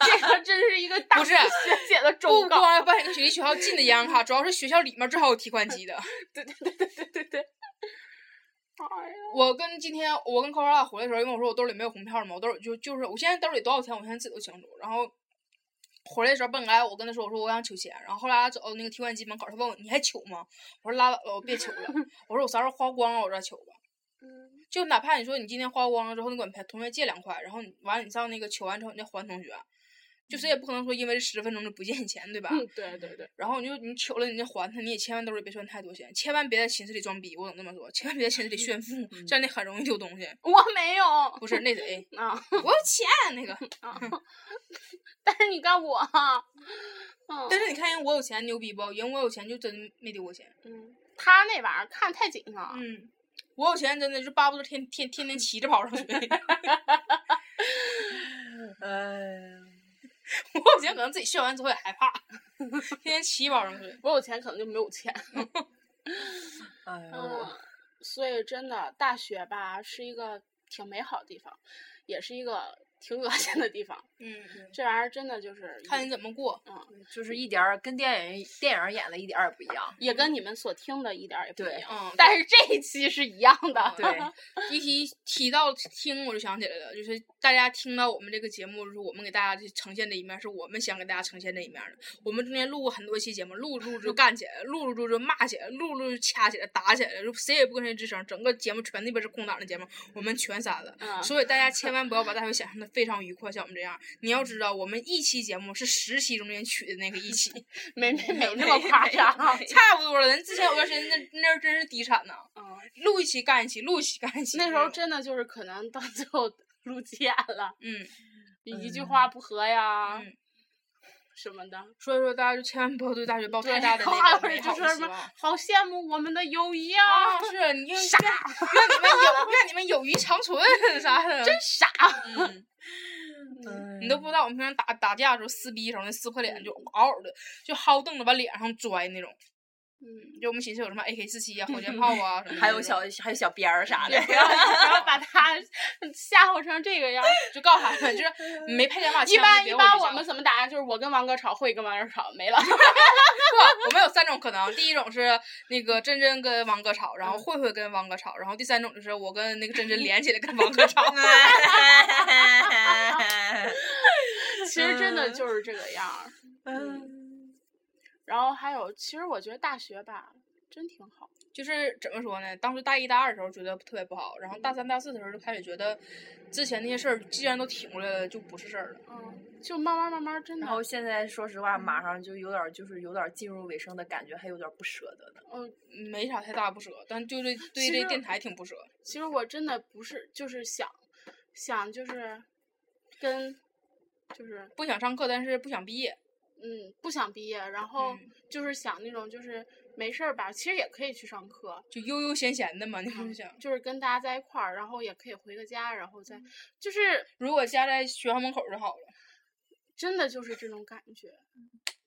[SPEAKER 3] 这个真是一个大
[SPEAKER 4] 不是
[SPEAKER 3] 学姐的
[SPEAKER 4] 不
[SPEAKER 3] 忠告。
[SPEAKER 4] 光要办一个学习学校进的银行卡，主要是学校里面正好有提款机的。
[SPEAKER 3] 对对对。哎呀，
[SPEAKER 4] 我跟今天我跟高老大回来的时候，因为我说我兜里没有红票嘛，我兜里就就是我现在兜里多少钱，我现在自己都清楚。然后回来的时候，本来我跟他说，我说我想取钱，然后后来俺走哦到那个提款机门口，他问我你还取吗？我说拉倒吧，我别取了。我说我啥时候花光了我再取吧。就哪怕你说你今天花光了之后，你管同同学借两块，然后你完了你上那个取完之后你再还同学，就谁也不可能说因为十分钟就不借你钱，对吧？
[SPEAKER 3] 嗯，对对对，
[SPEAKER 4] 然后你就你取了你就还他，你也千万兜里别揣太多钱，千万别在寝室里装逼，我怎么这么说？千万别在寝室里炫富，这样你很容易丢东西。
[SPEAKER 3] 我没有
[SPEAKER 4] 不是那 谁，
[SPEAKER 3] 啊。
[SPEAKER 4] 我有钱 那个，
[SPEAKER 3] 但是你看我，嗯，
[SPEAKER 4] 但是你看人我有钱牛逼不？人我有钱就真没丢过钱。
[SPEAKER 3] 嗯他那玩意儿看太紧了，
[SPEAKER 4] 嗯，我有钱真的就巴不得天天天天骑着跑上学。
[SPEAKER 5] 呃，
[SPEAKER 4] 我有钱可能自己炫完之后也害怕， 天天骑跑上学。
[SPEAKER 3] 我有钱可能就没有钱。
[SPEAKER 5] 哎呦，
[SPEAKER 3] 嗯，所以真的，大学吧是一个挺美好的地方，也是一个挺恶心的地方。
[SPEAKER 4] 嗯，
[SPEAKER 3] 这玩意儿真的就是
[SPEAKER 4] 看
[SPEAKER 3] 也
[SPEAKER 4] 你怎么过。
[SPEAKER 5] 就是一点儿跟电影电影儿演的一点儿也不一样。
[SPEAKER 3] 也跟你们所听的一点儿也不
[SPEAKER 5] 对
[SPEAKER 3] 一样。
[SPEAKER 4] 嗯，
[SPEAKER 3] 但是这一期是一样的，
[SPEAKER 5] 对，
[SPEAKER 4] 一提提到听，我就想起来了，就是大家听到我们这个节目，就是我们给大家呈现的一面，是我们想给大家呈现的一面的。我们中间录过很多期节目，录着录着就干起来了，录着录着就骂起来了，录着录着就掐起来，打起来了，就谁也不跟谁吱声，整个节目全那边是空档的节目，我们全删了。
[SPEAKER 3] 嗯，
[SPEAKER 4] 所以大家千万不要把大学想象的非常愉快，像我们这样。你要知道，我们一期节目是十期中间取的那个 一期，
[SPEAKER 3] 没没没那么夸张。
[SPEAKER 4] 差不多了。咱之前有段时间那那真是低产呐，
[SPEAKER 3] 嗯，
[SPEAKER 4] 录一期干一期，录一期干一期。
[SPEAKER 3] 那时候
[SPEAKER 4] 种
[SPEAKER 3] 真的就是可能到最后录急眼了，
[SPEAKER 4] 嗯，
[SPEAKER 3] 一句话不合呀、
[SPEAKER 4] 嗯
[SPEAKER 3] 什么的。
[SPEAKER 4] 所以说大家就千万不要对大学抱太
[SPEAKER 3] 对，
[SPEAKER 4] 大的
[SPEAKER 3] 还
[SPEAKER 4] 那
[SPEAKER 3] 有
[SPEAKER 4] 个美
[SPEAKER 3] 人
[SPEAKER 4] 好
[SPEAKER 3] 就说
[SPEAKER 4] 的
[SPEAKER 3] 什
[SPEAKER 4] 希
[SPEAKER 3] 么啊
[SPEAKER 4] 望。
[SPEAKER 3] 好羡慕我们的友谊啊，
[SPEAKER 4] 啊，是你愿愿愿你们友愿你们友谊长存啥的，
[SPEAKER 3] 真傻。
[SPEAKER 4] 嗯，
[SPEAKER 5] 嗯
[SPEAKER 4] 你都不知道我们平常打打架的时候撕逼的时候那撕破脸就嗷嗷的，就薅凳子往脸上拽那种。
[SPEAKER 3] 嗯，
[SPEAKER 4] 就我们寝室有什么 AK 四 七啊、火箭炮啊什么的那种，
[SPEAKER 5] 还有小还有小鞭儿啥的
[SPEAKER 3] 也，不要不要把他吓唬成这个样儿。
[SPEAKER 4] 就告诉他 们， 就是没拍电话
[SPEAKER 3] 一
[SPEAKER 4] 千万
[SPEAKER 3] 般
[SPEAKER 4] 别
[SPEAKER 3] 一
[SPEAKER 4] 给
[SPEAKER 3] 般
[SPEAKER 4] 我
[SPEAKER 3] 我
[SPEAKER 4] 们
[SPEAKER 3] 们怎么打架？就是我跟王哥吵，会跟王哥吵，没了。
[SPEAKER 4] 不，我们有三种可能，第一种是那个真真跟王哥吵，
[SPEAKER 3] 嗯
[SPEAKER 4] 然后慧慧跟王哥吵，然后第三种就是我跟那 个真真连起来跟王哥吵。
[SPEAKER 3] 其实真的就是这个样儿。
[SPEAKER 5] 嗯
[SPEAKER 3] 然后还有，其实我觉得大学吧，真挺好。
[SPEAKER 4] 就是怎么说呢？当时大一大二的时候觉得特别不好，然后大三大四的时候就开始觉得，之前那些事儿既然都挺过来了，就不是事儿了。
[SPEAKER 3] 嗯，就慢慢慢慢，真的
[SPEAKER 5] 然，后现在说实话，马上就有点儿就是有点儿进入尾声的感觉，还有点儿不舍得呢。
[SPEAKER 4] 没啥太大不舍，但就对对
[SPEAKER 3] 其
[SPEAKER 4] 这
[SPEAKER 3] 实
[SPEAKER 4] 电台挺不舍。
[SPEAKER 3] 其实我真的不是，就是想，想就是跟，就是
[SPEAKER 4] 不想上课，但是不想毕业。
[SPEAKER 3] 嗯，不想毕业，然后
[SPEAKER 4] 嗯
[SPEAKER 3] 就是想那种就是没事儿吧，其实也可以去上课，啊
[SPEAKER 4] 就悠悠闲闲的嘛，你
[SPEAKER 3] 嗯
[SPEAKER 4] 不想？
[SPEAKER 3] 就是跟大家在一块儿，然后也可以回个家，然后再就是
[SPEAKER 4] 如果家在学校门口就好了。
[SPEAKER 3] 真的就是这种感觉，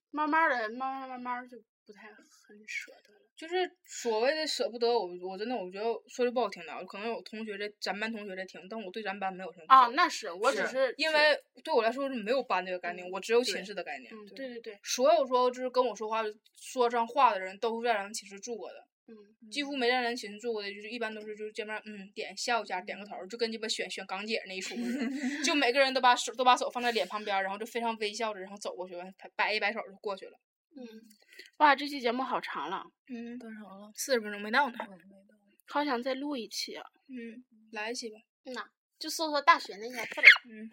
[SPEAKER 3] 慢慢的，慢慢慢慢就不太很舍得了。
[SPEAKER 4] 就是所谓的舍不得，我我真的我觉得说句不好听的，啊，可能有同学在咱班同学在听，但我对咱班没有什么不
[SPEAKER 3] 啊，
[SPEAKER 4] 舍
[SPEAKER 3] 那是我只
[SPEAKER 5] 是
[SPEAKER 3] 是
[SPEAKER 4] 因
[SPEAKER 3] 是
[SPEAKER 4] 为对我来说是没有班这个概念，
[SPEAKER 3] 嗯
[SPEAKER 4] 我只有
[SPEAKER 5] 对
[SPEAKER 4] 寝室的概念。
[SPEAKER 3] 嗯，对对对，
[SPEAKER 4] 所有说就是跟我说话说上话的人，都是在咱寝室住过的，
[SPEAKER 3] 嗯，
[SPEAKER 4] 几乎没在咱寝室住过的，就是一般都是就是见面儿，嗯，点下午茶点个头儿，就跟鸡巴选选港姐那一出似 的，就每个人都把手都把手放在脸旁边儿，然后就非常微笑着，然后走过去，完摆一摆手就过去了。
[SPEAKER 3] 嗯，哇，这期节目好长了，
[SPEAKER 4] 嗯，
[SPEAKER 5] 多少了？
[SPEAKER 4] 四十分钟没到呢。
[SPEAKER 3] 好想再录一期啊！
[SPEAKER 4] 嗯嗯，来一期吧。
[SPEAKER 3] 就搜索大学那些事儿。
[SPEAKER 4] 嗯，